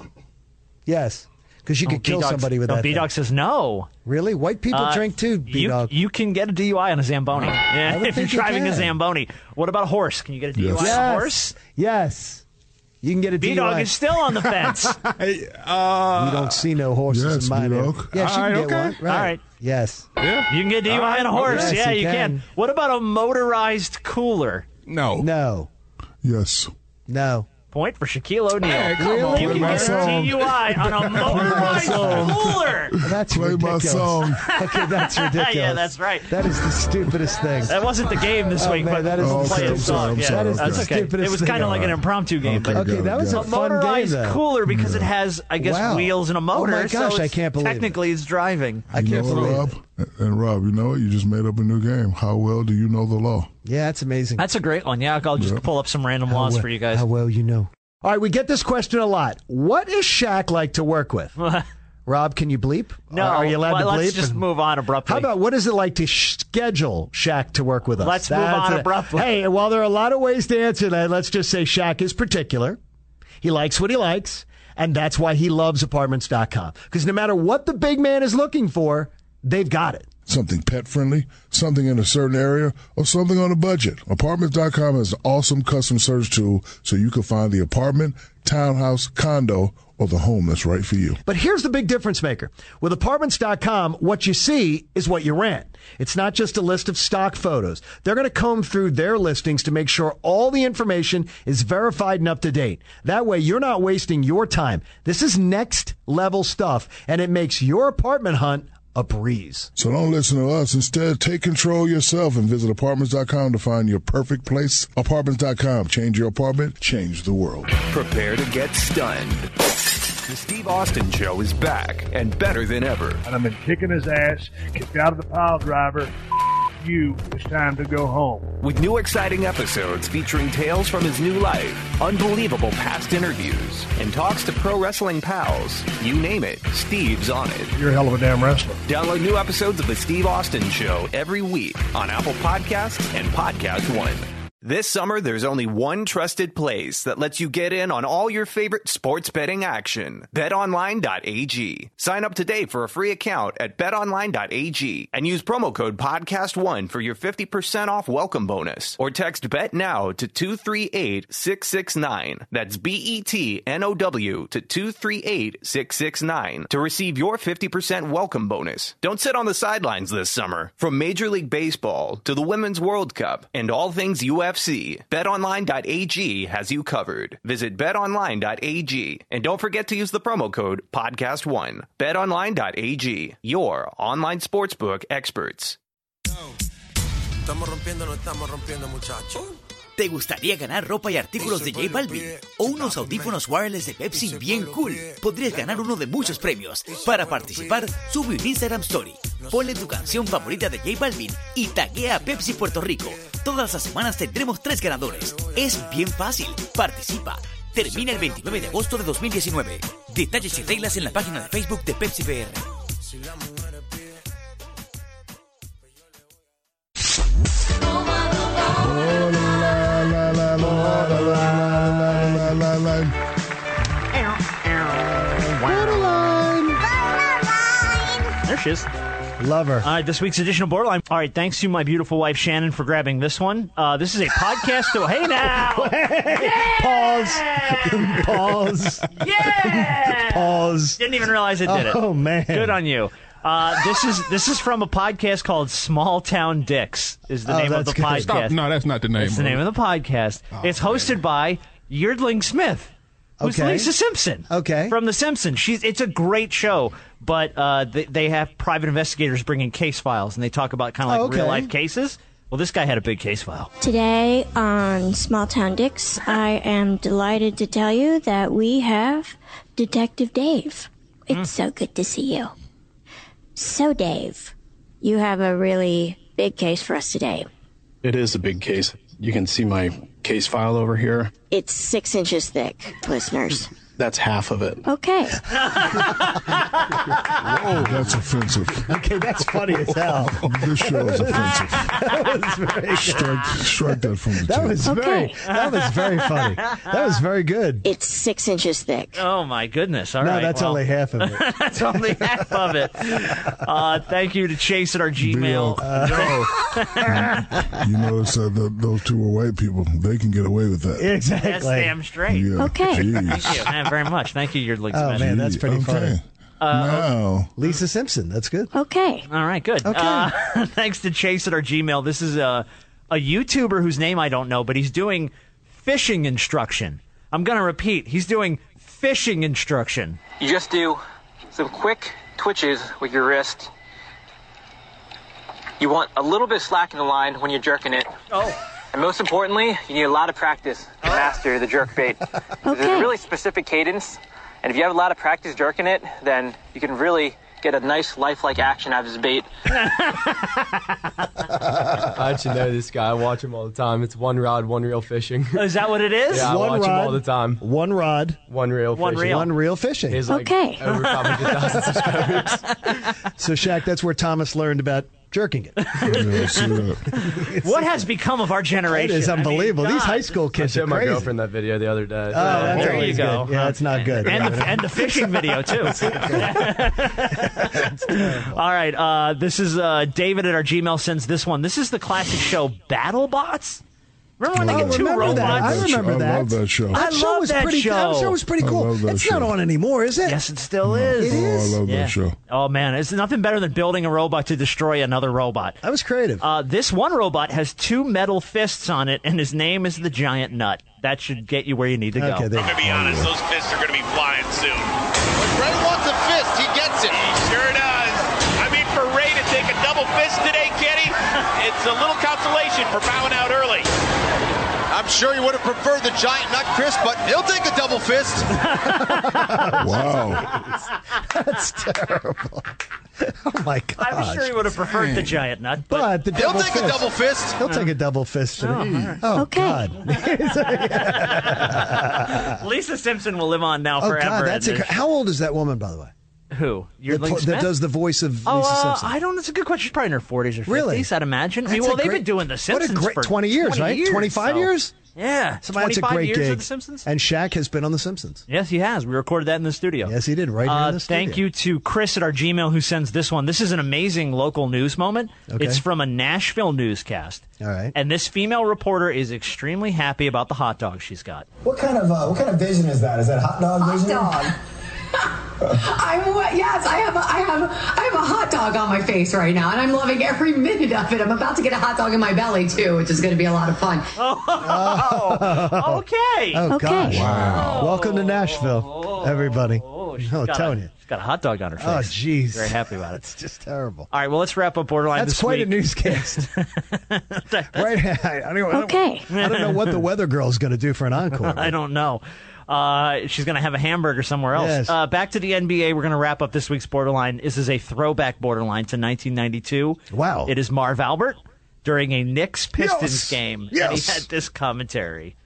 [SPEAKER 3] Yes. Because you could kill
[SPEAKER 4] B-Dog-
[SPEAKER 3] somebody with
[SPEAKER 4] Oh, no,
[SPEAKER 3] that. thing.
[SPEAKER 4] B-Dog says no.
[SPEAKER 3] Really? White people
[SPEAKER 4] Uh,
[SPEAKER 3] drink too, B
[SPEAKER 4] you,
[SPEAKER 3] Dog.
[SPEAKER 4] you can get a DUI on a Zamboni. Yeah,
[SPEAKER 3] would
[SPEAKER 4] if you're
[SPEAKER 3] think you
[SPEAKER 4] driving a
[SPEAKER 3] can.
[SPEAKER 4] Zamboni. What about a horse? Can you get a DUI
[SPEAKER 5] Yes.
[SPEAKER 4] on a horse?
[SPEAKER 3] Yes. You can get a
[SPEAKER 4] B Dog
[SPEAKER 3] DUI.
[SPEAKER 4] is still on the fence. all
[SPEAKER 11] Hey, uh,
[SPEAKER 3] you don't see no horses
[SPEAKER 5] Yes,
[SPEAKER 3] in my area.
[SPEAKER 5] B-Dog.
[SPEAKER 3] Yeah, she can
[SPEAKER 11] All right,
[SPEAKER 3] get
[SPEAKER 11] okay.
[SPEAKER 3] one. Right.
[SPEAKER 4] right.
[SPEAKER 3] Yes.
[SPEAKER 11] yeah.
[SPEAKER 4] You can get a DUI
[SPEAKER 11] All right,
[SPEAKER 4] on a horse.
[SPEAKER 11] okay.
[SPEAKER 4] yeah,
[SPEAKER 3] Yes, you
[SPEAKER 4] you can.
[SPEAKER 3] can.
[SPEAKER 4] What about a motorized cooler?
[SPEAKER 11] No.
[SPEAKER 3] No.
[SPEAKER 5] Yes.
[SPEAKER 3] No.
[SPEAKER 4] Point for Shaquille O'Neal.
[SPEAKER 11] Hey, come Really? on,
[SPEAKER 4] you can
[SPEAKER 5] play my
[SPEAKER 4] get a
[SPEAKER 5] song.
[SPEAKER 4] DUI on a motorized cooler.
[SPEAKER 3] That's
[SPEAKER 5] Play my
[SPEAKER 3] ridiculous.
[SPEAKER 5] song.
[SPEAKER 3] okay, that's ridiculous.
[SPEAKER 4] Yeah, that's right.
[SPEAKER 3] That is the stupidest thing.
[SPEAKER 4] That wasn't the game this
[SPEAKER 3] Oh,
[SPEAKER 4] week,
[SPEAKER 3] man,
[SPEAKER 4] but
[SPEAKER 3] that is
[SPEAKER 4] we'll
[SPEAKER 5] the
[SPEAKER 4] play his
[SPEAKER 5] stupidest-
[SPEAKER 4] song.
[SPEAKER 5] I'm
[SPEAKER 4] yeah,
[SPEAKER 5] sorry,
[SPEAKER 3] that is
[SPEAKER 4] that's
[SPEAKER 3] the
[SPEAKER 4] okay. It
[SPEAKER 3] stupidest
[SPEAKER 4] was
[SPEAKER 3] thing
[SPEAKER 4] kind of like an
[SPEAKER 5] ever.
[SPEAKER 4] impromptu game, but
[SPEAKER 5] Okay,
[SPEAKER 3] okay, that was
[SPEAKER 5] got
[SPEAKER 3] a
[SPEAKER 5] it.
[SPEAKER 4] a
[SPEAKER 3] fun game.
[SPEAKER 4] motorized
[SPEAKER 3] Though.
[SPEAKER 4] cooler because it has, I guess,
[SPEAKER 3] Wow.
[SPEAKER 4] wheels and
[SPEAKER 3] Oh
[SPEAKER 4] a motor.
[SPEAKER 3] my gosh,
[SPEAKER 4] so
[SPEAKER 3] I
[SPEAKER 4] it's-
[SPEAKER 3] can't believe it.
[SPEAKER 4] Technically, it's driving.
[SPEAKER 3] I
[SPEAKER 5] You
[SPEAKER 3] can't
[SPEAKER 5] know what,
[SPEAKER 3] believe it.
[SPEAKER 5] Rob? And Rob, you know what? You just made up a new game. How well do you know the law?
[SPEAKER 3] Yeah, that's amazing.
[SPEAKER 4] That's a great one. Yeah, I'll just pull up some random
[SPEAKER 3] How
[SPEAKER 4] laws
[SPEAKER 3] well-
[SPEAKER 4] for you guys.
[SPEAKER 3] How well you know. All right, we get this question a lot. What is Shaq like to work with? Rob, can you bleep?
[SPEAKER 4] no,
[SPEAKER 3] Are you allowed
[SPEAKER 4] well,
[SPEAKER 3] to bleep?
[SPEAKER 4] let's just move on abruptly.
[SPEAKER 3] How about what is it like to schedule Shaq to work with us?
[SPEAKER 4] Let's move on
[SPEAKER 3] it.
[SPEAKER 4] abruptly.
[SPEAKER 3] Hey, and while there are a lot of ways to answer that, let's just say Shaq is particular. He likes what he likes, and that's why he loves apartments.com. Because no matter what the big man is looking for, they've got it.
[SPEAKER 5] Something pet friendly, something in a certain area, or something on a budget. Apartments.com has an awesome custom search tool so you can find the apartment, townhouse, condo, or the home that's right for you.
[SPEAKER 3] But here's the big difference maker. With apartments.com, what you see is what you rent. It's not just a list of stock photos. They're going to comb through their listings to make sure all the information is verified and up to date. That way you're not wasting your time. This is next level stuff and it makes your apartment hunt a breeze.
[SPEAKER 5] So don't listen to us. Instead, take control yourself and visit apartments.com to find your perfect place. Apartments.com. Change your apartment, change the world.
[SPEAKER 1] Prepare to get stunned. The Steve Austin Show is back and better than ever.
[SPEAKER 12] and I've been kicking his ass, kicked out of the pile driver. you it's time to go home.
[SPEAKER 1] With new exciting episodes featuring tales from his new life, unbelievable past interviews, and talks to pro wrestling pals. You name it, Steve's on it.
[SPEAKER 12] You're a hell of a damn wrestler.
[SPEAKER 1] Download new episodes of The Steve Austin Show every week on Apple Podcasts and Podcast One. This summer, there's only one trusted place that lets you get in on all your favorite sports betting action. BetOnline.ag. Sign up today for a free account at BetOnline.ag and use promo code PODCAST1 for your 50% off welcome bonus or text BET now to 238669. That's E B-E-T-N-O-W to 238669 to receive your 50% welcome bonus. Don't sit on the sidelines this summer. From Major League Baseball to the Women's World Cup and all things UFC, betonline.ag has you covered. Visit betonline.ag and don't forget to use the promo code podcast1. betonline.ag, your online sportsbook experts.
[SPEAKER 6] Estamos rompiendo, no estamos rompiendo, muchachos.
[SPEAKER 7] ¿Te gustaría ganar ropa y artículos de J Balvin? ¿O unos audífonos wireless de Pepsi bien cool? Podrías ganar uno de muchos premios. Para participar, sube un Instagram Story. Ponle tu canción favorita de J Balvin y taguea a Pepsi Puerto Rico. Todas las semanas tendremos tres ganadores. Es bien fácil. Participa. Termina el 29 de agosto de 2019. Detalles y reglas en la página de Facebook de Pepsi PR.
[SPEAKER 4] There she is.
[SPEAKER 3] Love her.
[SPEAKER 4] All right, this week's edition of Borderline. All right, thanks to my beautiful wife Shannon for grabbing this one. Uh, this is a podcast. to, hey now,
[SPEAKER 3] Pause. Pause.
[SPEAKER 4] Yeah.
[SPEAKER 3] Pause.
[SPEAKER 4] Didn't even realize it did it.
[SPEAKER 3] Oh, man.
[SPEAKER 4] good on you. Uh, this is this is from a podcast called Small Town Dicks. Is the
[SPEAKER 11] Oh,
[SPEAKER 4] name of the
[SPEAKER 11] that's good.
[SPEAKER 4] podcast?
[SPEAKER 11] Stop. No, that's not the name
[SPEAKER 4] It's the
[SPEAKER 11] of it.
[SPEAKER 4] name of the podcast.
[SPEAKER 3] Oh,
[SPEAKER 4] it's hosted by Yeardling Smith. Who's
[SPEAKER 3] Okay.
[SPEAKER 4] Lisa Simpson? Okay, from The Simpsons. She's it's a great show, but uh, they, they have private investigators bring in case files and they talk about kind of like
[SPEAKER 13] Oh, okay.
[SPEAKER 4] real life cases. Well, this guy had a big case file.
[SPEAKER 13] Today on Small Town Dicks, I am delighted to tell you that we have Detective Dave. It's so good to see you. So, Dave, you have a really big case for us today.
[SPEAKER 14] It is a big case. You can see my case file over here.
[SPEAKER 13] It's six inches thick, listeners.
[SPEAKER 14] That's half of it.
[SPEAKER 13] Okay.
[SPEAKER 5] Oh, that's offensive.
[SPEAKER 3] Okay, that's funny as hell.
[SPEAKER 5] This show is offensive.
[SPEAKER 3] that was very good.
[SPEAKER 5] Strike, strike that from the
[SPEAKER 3] That
[SPEAKER 5] tape.
[SPEAKER 3] was very. That was very funny. That was very good.
[SPEAKER 13] It's six inches thick.
[SPEAKER 4] Oh my goodness! All
[SPEAKER 3] no,
[SPEAKER 4] right,
[SPEAKER 3] that's
[SPEAKER 4] well-
[SPEAKER 3] only half of it.
[SPEAKER 4] that's only half of it. Uh, thank you to Chase at our Gmail.
[SPEAKER 3] Uh,
[SPEAKER 5] You notice that the, those two were white people. They can get away with that.
[SPEAKER 3] Exactly.
[SPEAKER 4] That's damn straight.
[SPEAKER 5] Yeah. Jeez.
[SPEAKER 4] Thank you man, very much. Thank you, your legs.
[SPEAKER 3] Oh man, that's pretty funny.
[SPEAKER 5] Wow.
[SPEAKER 3] Lisa Simpson. That's good.
[SPEAKER 13] Okay.
[SPEAKER 4] All right, good.
[SPEAKER 3] Okay.
[SPEAKER 4] Uh, thanks to Chase at our Gmail. This is a a YouTuber whose name I don't know, but he's doing fishing instruction. I'm gonna repeat. He's doing fishing instruction.
[SPEAKER 15] You just do some quick twitches with your wrist. You want a little bit of slack in the line when you're jerking it.
[SPEAKER 4] Oh.
[SPEAKER 15] And most importantly, you need a lot of practice to master the jerk bait. There's a really specific cadence, and if you have a lot of practice jerking it, then you can really get a nice lifelike action out of this bait.
[SPEAKER 16] I actually know this guy. I watch him all the time. It's one rod, one reel fishing.
[SPEAKER 4] Is that what it is?
[SPEAKER 16] Yeah, I
[SPEAKER 4] One
[SPEAKER 16] watch him all
[SPEAKER 4] rod,
[SPEAKER 16] the time.
[SPEAKER 3] One rod,
[SPEAKER 16] one reel,
[SPEAKER 4] One
[SPEAKER 16] fishing.
[SPEAKER 4] reel. One
[SPEAKER 3] reel fishing.
[SPEAKER 16] He's like
[SPEAKER 13] Okay.
[SPEAKER 16] over 500,000 subscribers.
[SPEAKER 3] So Shaq, that's where Thomas learned about jerking it.
[SPEAKER 4] What has become of our generation?
[SPEAKER 3] It is
[SPEAKER 4] I mean,
[SPEAKER 3] unbelievable. These
[SPEAKER 4] God.
[SPEAKER 3] high school
[SPEAKER 16] I
[SPEAKER 3] kids
[SPEAKER 16] showed
[SPEAKER 3] are
[SPEAKER 16] my
[SPEAKER 3] crazy.
[SPEAKER 16] girlfriend that video the other day.
[SPEAKER 3] Oh, that's
[SPEAKER 4] There
[SPEAKER 3] always
[SPEAKER 4] you go.
[SPEAKER 3] good. Yeah, it's not good.
[SPEAKER 4] And the, and the fishing video too. All right, uh, this is uh, David at our Gmail sends this one. This is the classic show Battle Bots. Remember when
[SPEAKER 5] Oh, I
[SPEAKER 4] they get Oh, two
[SPEAKER 5] remember
[SPEAKER 4] robots?
[SPEAKER 5] that. I remember I that. love that show.
[SPEAKER 4] I
[SPEAKER 5] That show
[SPEAKER 4] love
[SPEAKER 5] was
[SPEAKER 4] that
[SPEAKER 5] pretty-
[SPEAKER 4] show.
[SPEAKER 5] that show was pretty I cool. love that
[SPEAKER 3] It's not show. on anymore, is it?
[SPEAKER 4] Yes, it still
[SPEAKER 3] It
[SPEAKER 4] is.
[SPEAKER 3] is.
[SPEAKER 5] I love that show.
[SPEAKER 4] Oh man, it's nothing better than building a robot to destroy another robot.
[SPEAKER 3] That was creative.
[SPEAKER 4] Uh, this one robot has two metal fists on it, and his name is the Giant Nut. That should get you where you need to go.
[SPEAKER 3] Okay, there you
[SPEAKER 17] To be honest, those fists are going to be flying soon. Ray wants a fist. He gets it. He sure does. I mean, for Ray to take a double fist today, Kenny, it's a little consolation for bowing out early. I'm sure you would have preferred the giant nut, Chris, but he'll take a double fist.
[SPEAKER 5] Wow.
[SPEAKER 3] That's terrible. oh my god!
[SPEAKER 4] I'm sure he would have preferred the giant nut,
[SPEAKER 3] but, the
[SPEAKER 17] He'll
[SPEAKER 3] double
[SPEAKER 17] take a
[SPEAKER 3] fist.
[SPEAKER 17] double fist.
[SPEAKER 3] He'll take a double fist.
[SPEAKER 4] Oh,
[SPEAKER 3] today.
[SPEAKER 4] all right.
[SPEAKER 3] Oh,
[SPEAKER 4] Okay.
[SPEAKER 3] God.
[SPEAKER 4] Lisa Simpson will live on now
[SPEAKER 3] oh
[SPEAKER 4] forever.
[SPEAKER 3] God, that's
[SPEAKER 4] in
[SPEAKER 3] a,
[SPEAKER 4] this-
[SPEAKER 3] how old is that woman, by the way?
[SPEAKER 4] Who? Your
[SPEAKER 3] That
[SPEAKER 4] Link
[SPEAKER 3] pl-
[SPEAKER 4] Smith?
[SPEAKER 3] that does the voice of
[SPEAKER 4] Oh,
[SPEAKER 3] Lisa
[SPEAKER 4] uh,
[SPEAKER 3] Simpson.
[SPEAKER 4] I don't. That's a good question. She's probably in her forties or fifties,
[SPEAKER 3] Really?
[SPEAKER 4] I'd imagine. I
[SPEAKER 3] That's
[SPEAKER 4] mean,
[SPEAKER 3] a
[SPEAKER 4] well, they've
[SPEAKER 3] great-
[SPEAKER 4] been doing the
[SPEAKER 3] What
[SPEAKER 4] Simpsons
[SPEAKER 3] a great
[SPEAKER 4] for
[SPEAKER 3] twenty years,
[SPEAKER 4] 20
[SPEAKER 3] right?
[SPEAKER 4] Years,
[SPEAKER 3] Twenty-five
[SPEAKER 4] so-
[SPEAKER 3] years.
[SPEAKER 4] Yeah,
[SPEAKER 3] So that's a
[SPEAKER 4] 25
[SPEAKER 3] great
[SPEAKER 4] years
[SPEAKER 3] gig.
[SPEAKER 4] of the Simpsons.
[SPEAKER 3] And Shaq has been on the Simpsons.
[SPEAKER 4] Yes, he has. We recorded that in the studio.
[SPEAKER 3] Yes, he did. Right here
[SPEAKER 4] Uh,
[SPEAKER 3] in the studio.
[SPEAKER 4] Thank you to Chris at our Gmail who sends this one. This is an amazing local news moment.
[SPEAKER 3] Okay.
[SPEAKER 4] It's from a Nashville newscast.
[SPEAKER 3] All right.
[SPEAKER 4] And this female reporter is extremely happy about the hot dog she's got.
[SPEAKER 18] What kind of uh, what kind of vision is that? Is that hot dog vision?
[SPEAKER 19] dog. I'm what? Yes, I have. A, I have. I have a hot dog on my face right now, and I'm loving every minute of it. I'm about to get a hot dog in my belly too, which is going to be a lot of fun.
[SPEAKER 4] Oh, okay.
[SPEAKER 3] Oh
[SPEAKER 19] Okay.
[SPEAKER 3] gosh.
[SPEAKER 4] Wow.
[SPEAKER 3] Welcome to Nashville, everybody. Oh,
[SPEAKER 4] she's
[SPEAKER 3] I'm
[SPEAKER 4] got
[SPEAKER 3] telling
[SPEAKER 4] a,
[SPEAKER 3] you.
[SPEAKER 4] She's got a hot dog on her face.
[SPEAKER 3] Oh, jeez.
[SPEAKER 4] Very happy about it.
[SPEAKER 3] It's just terrible.
[SPEAKER 4] All right, well, let's wrap up Borderline
[SPEAKER 3] That's
[SPEAKER 4] this
[SPEAKER 3] quite
[SPEAKER 4] week.
[SPEAKER 3] a newscast. right? I don't, I don't-
[SPEAKER 4] Okay.
[SPEAKER 3] I don't know what the weather girl's going to do for an encore.
[SPEAKER 4] I don't know. Uh, she's going to have a hamburger somewhere else.
[SPEAKER 3] Yes.
[SPEAKER 4] Uh, back to the NBA. We're going to wrap up this week's Borderline. This is a throwback Borderline to 1992. Wow. It is Marv Albert during a Knicks Pistons
[SPEAKER 20] Yes.
[SPEAKER 4] game. And
[SPEAKER 20] Yes.
[SPEAKER 4] he had this commentary.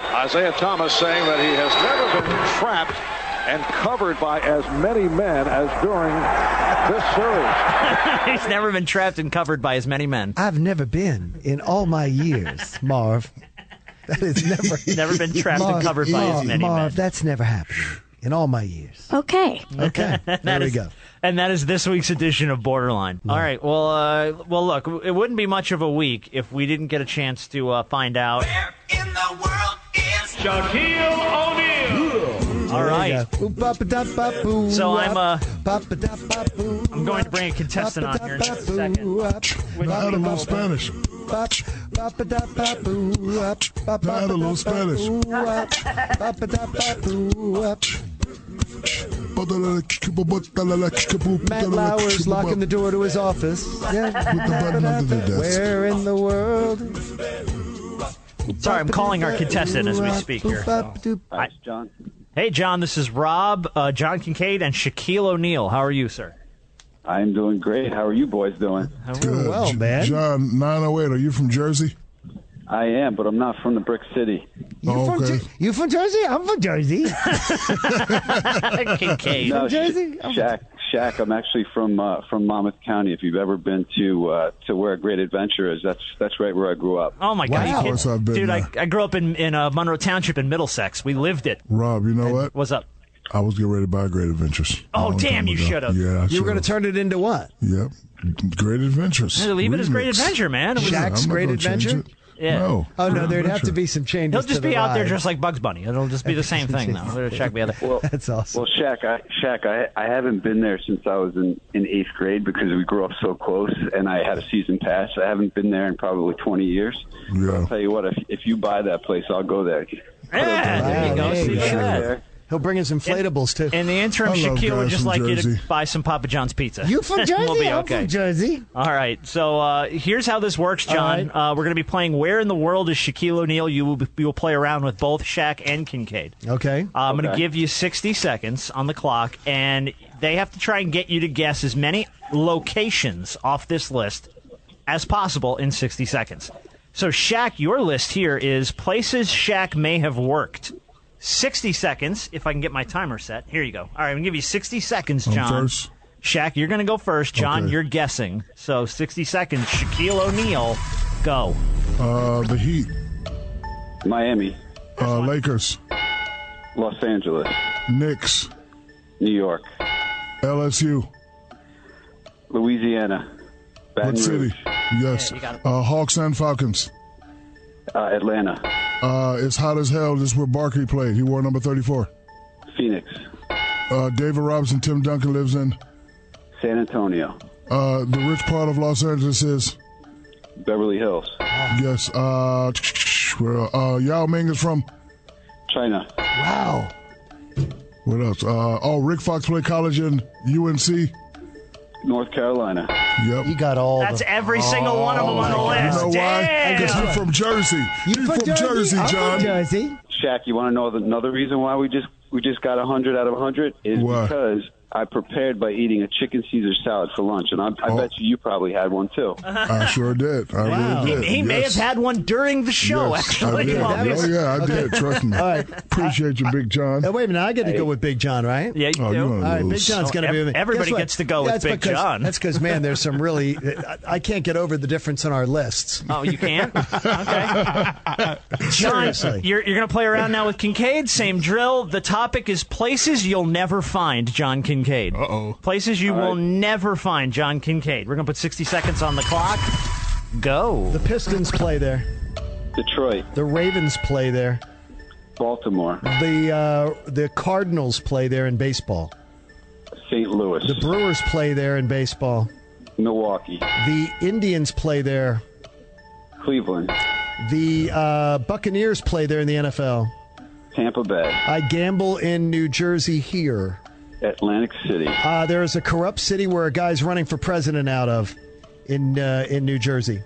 [SPEAKER 20] Isaiah Thomas saying that he has never been trapped and covered by as many men as during this series.
[SPEAKER 4] He's never been trapped and covered by as many men.
[SPEAKER 3] I've never been in all my years, Marv. That is never
[SPEAKER 4] Never been trapped and covered by as
[SPEAKER 3] Marv,
[SPEAKER 4] many
[SPEAKER 3] Marv, that's never happened in all my years.
[SPEAKER 13] Okay.
[SPEAKER 3] Okay,
[SPEAKER 4] That
[SPEAKER 3] there
[SPEAKER 4] is-
[SPEAKER 3] we go.
[SPEAKER 4] And that is this week's edition of Borderline. All right. Well, uh, well, look, it wouldn't be much of a week if we didn't get a chance to uh, find out.
[SPEAKER 9] Shaquille O'Neal.
[SPEAKER 4] All right.
[SPEAKER 3] So
[SPEAKER 4] So I'm uh, I'm going to bring a contestant on here in just a second.
[SPEAKER 5] Not a little Spanish. Not a little Spanish.
[SPEAKER 3] Matt Lauer's locking the door to his office. Yeah.
[SPEAKER 5] button under the desk.
[SPEAKER 3] Where in the world?
[SPEAKER 4] Sorry, I'm calling our contestant as we speak here. so.
[SPEAKER 21] Thanks, John.
[SPEAKER 4] Hey, John. This is Rob, uh, John Kincaid, and Shaquille O'Neal. How are you, sir?
[SPEAKER 21] I'm doing great. How are you boys doing?
[SPEAKER 5] Good. J- John 908, are you from Jersey?
[SPEAKER 21] I am, but I'm not from the Brick City.
[SPEAKER 5] Oh,
[SPEAKER 3] You from Jer- you from Jersey? I'm from Jersey.
[SPEAKER 4] Kincaid.
[SPEAKER 21] No,
[SPEAKER 3] From Jersey?
[SPEAKER 21] Sha- Shaq, Shaq, I'm actually from uh, from Monmouth County. If you've ever been to uh, to where Great Adventure is, that's that's right where I grew up.
[SPEAKER 4] Oh my
[SPEAKER 21] Wow.
[SPEAKER 4] God,
[SPEAKER 21] Of
[SPEAKER 4] you kidding?
[SPEAKER 21] course I've been
[SPEAKER 4] dude! I, I grew up in in uh, Monroe Township in Middlesex. We lived it.
[SPEAKER 5] Rob, you know what?
[SPEAKER 4] What's up?
[SPEAKER 5] I was getting ready to buy Great Adventures.
[SPEAKER 4] Oh,
[SPEAKER 5] Long
[SPEAKER 4] damn, you
[SPEAKER 5] time ago.
[SPEAKER 4] should've.
[SPEAKER 5] Yeah, I
[SPEAKER 4] You were
[SPEAKER 5] should've.
[SPEAKER 4] gonna
[SPEAKER 3] Turned it into what?
[SPEAKER 5] Yep. Great Adventures.
[SPEAKER 4] Hey, leave it as Great Adventure, man. It was-
[SPEAKER 5] Yeah, I'm
[SPEAKER 3] Shaq's
[SPEAKER 5] not
[SPEAKER 3] Great
[SPEAKER 5] gonna change
[SPEAKER 3] Adventure?
[SPEAKER 5] it. No.
[SPEAKER 3] Oh, no, there'd have to be some changes.
[SPEAKER 4] He'll
[SPEAKER 3] to
[SPEAKER 4] just
[SPEAKER 3] the
[SPEAKER 4] be out there
[SPEAKER 3] ride.
[SPEAKER 4] just like Bugs Bunny. It'll just be the same thing, though. It'll check me out.
[SPEAKER 3] That's awesome.
[SPEAKER 21] Well, Shaq, I, Shaq, I, I haven't been there since I was in, in eighth grade because we grew up so close, and I had a season pass. I haven't been there in probably 20 years. I'll tell you what, if, if you buy that place, I'll go there.
[SPEAKER 4] there you go. See, look at that.
[SPEAKER 3] He'll bring his inflatables too.
[SPEAKER 4] In the interim,
[SPEAKER 3] I love
[SPEAKER 4] Shaquille would
[SPEAKER 3] guys
[SPEAKER 4] just
[SPEAKER 3] from
[SPEAKER 4] like you
[SPEAKER 3] Jersey.
[SPEAKER 4] to buy some Papa John's pizza.
[SPEAKER 3] You from Jersey?
[SPEAKER 4] we'll be
[SPEAKER 3] I'm
[SPEAKER 4] okay.
[SPEAKER 3] from Jersey.
[SPEAKER 4] All right. So uh, here's how this works, John. Uh, we're going to be playing Where in the World is Shaquille O'Neal? You will, be- you will play around with both Shaq and Kincaid.
[SPEAKER 3] Okay.
[SPEAKER 4] Uh, I'm going to
[SPEAKER 3] Okay.
[SPEAKER 4] give you 60 seconds on the clock, and they have to try and get you to guess as many locations off this list as possible in 60 seconds. So, Shaq, your list here is places Shaq may have worked. 60 seconds, if I can get my timer set. Here you go. All right, I'm going to give you 60 seconds,
[SPEAKER 5] I'm
[SPEAKER 4] John.
[SPEAKER 5] first.
[SPEAKER 4] Shaq, you're going to go first. John,
[SPEAKER 5] Okay.
[SPEAKER 4] you're guessing. So, 60 seconds. Shaquille O'Neal, go.
[SPEAKER 5] Uh, the Heat.
[SPEAKER 21] Miami,
[SPEAKER 5] Uh, Lakers.
[SPEAKER 21] Los Angeles,
[SPEAKER 5] Knicks.
[SPEAKER 21] New York,
[SPEAKER 5] LSU.
[SPEAKER 21] Louisiana, Baton
[SPEAKER 5] What
[SPEAKER 21] Rouge,
[SPEAKER 5] city? Yes. Uh, Hawks and Falcons.
[SPEAKER 21] uh, Atlanta,
[SPEAKER 5] Uh, it's hot as hell. This is where Barkley played. He wore number 34.
[SPEAKER 21] Phoenix,
[SPEAKER 5] Uh, David Robinson, Tim Duncan lives in.
[SPEAKER 21] San Antonio,
[SPEAKER 5] Uh, the rich part of Los Angeles is.
[SPEAKER 21] Beverly Hills,
[SPEAKER 5] Yes. Uh, where, uh, Yao Ming is from.
[SPEAKER 21] China,
[SPEAKER 5] Wow. What else? Uh, oh, Rick Fox played college in UNC. Yep.
[SPEAKER 21] North Carolina.
[SPEAKER 5] You
[SPEAKER 3] got all.
[SPEAKER 4] That's every single one of them on the list.
[SPEAKER 5] Oh, You know why?
[SPEAKER 4] Damn.
[SPEAKER 5] Because you're from Jersey. You're from, Jersey, John.
[SPEAKER 3] Jersey.
[SPEAKER 21] Shaq, you want to know the- another reason why we just we just got 100 out of 100 is
[SPEAKER 5] Why?
[SPEAKER 21] because I prepared by eating a chicken Caesar salad for lunch, and I, I bet you you probably had one too.
[SPEAKER 5] Oh, I sure did. I really did.
[SPEAKER 4] Oh. He, he may have
[SPEAKER 5] Yes.
[SPEAKER 4] had one during the show,
[SPEAKER 5] Yes,
[SPEAKER 4] actually.
[SPEAKER 5] I did.
[SPEAKER 4] Well,
[SPEAKER 5] Oh, yeah, I did. Trust me.
[SPEAKER 3] All right. Uh,
[SPEAKER 5] Appreciate you, Big John.
[SPEAKER 3] Now, Oh, wait a minute. I get to go with Big John, right?
[SPEAKER 4] Yeah,
[SPEAKER 5] you Oh, do. you wanna
[SPEAKER 3] All right, Big
[SPEAKER 5] lose.
[SPEAKER 3] John's going to
[SPEAKER 4] Oh,
[SPEAKER 3] be with me.
[SPEAKER 4] ev- everybody
[SPEAKER 3] Guess what?
[SPEAKER 4] gets to go with
[SPEAKER 3] That's
[SPEAKER 4] Big
[SPEAKER 3] because-
[SPEAKER 4] John.
[SPEAKER 3] That's because, man, there's some really. I, I can't get over the difference in our lists.
[SPEAKER 4] Oh, you can't? Okay. John,
[SPEAKER 3] Seriously.
[SPEAKER 4] you're, you're going to play around now with Kincaid. Same drill. The topic is places you'll never find John Kincaid. Uh oh. Places you will never find John Kincaid. We're going to put 60 seconds on the clock. Go.
[SPEAKER 3] The Pistons play there.
[SPEAKER 21] Detroit,
[SPEAKER 3] The Ravens play there.
[SPEAKER 21] Baltimore,
[SPEAKER 3] The uh, the Cardinals play there in baseball.
[SPEAKER 21] St. Louis,
[SPEAKER 3] The Brewers play there in baseball.
[SPEAKER 21] Milwaukee,
[SPEAKER 3] The Indians play there.
[SPEAKER 21] Cleveland,
[SPEAKER 3] The uh, Buccaneers play there in the NFL.
[SPEAKER 21] Tampa Bay,
[SPEAKER 3] I gamble in New Jersey here.
[SPEAKER 21] Atlantic City,
[SPEAKER 3] Uh, there is a corrupt city where a guy's running for president out of in uh, in New Jersey.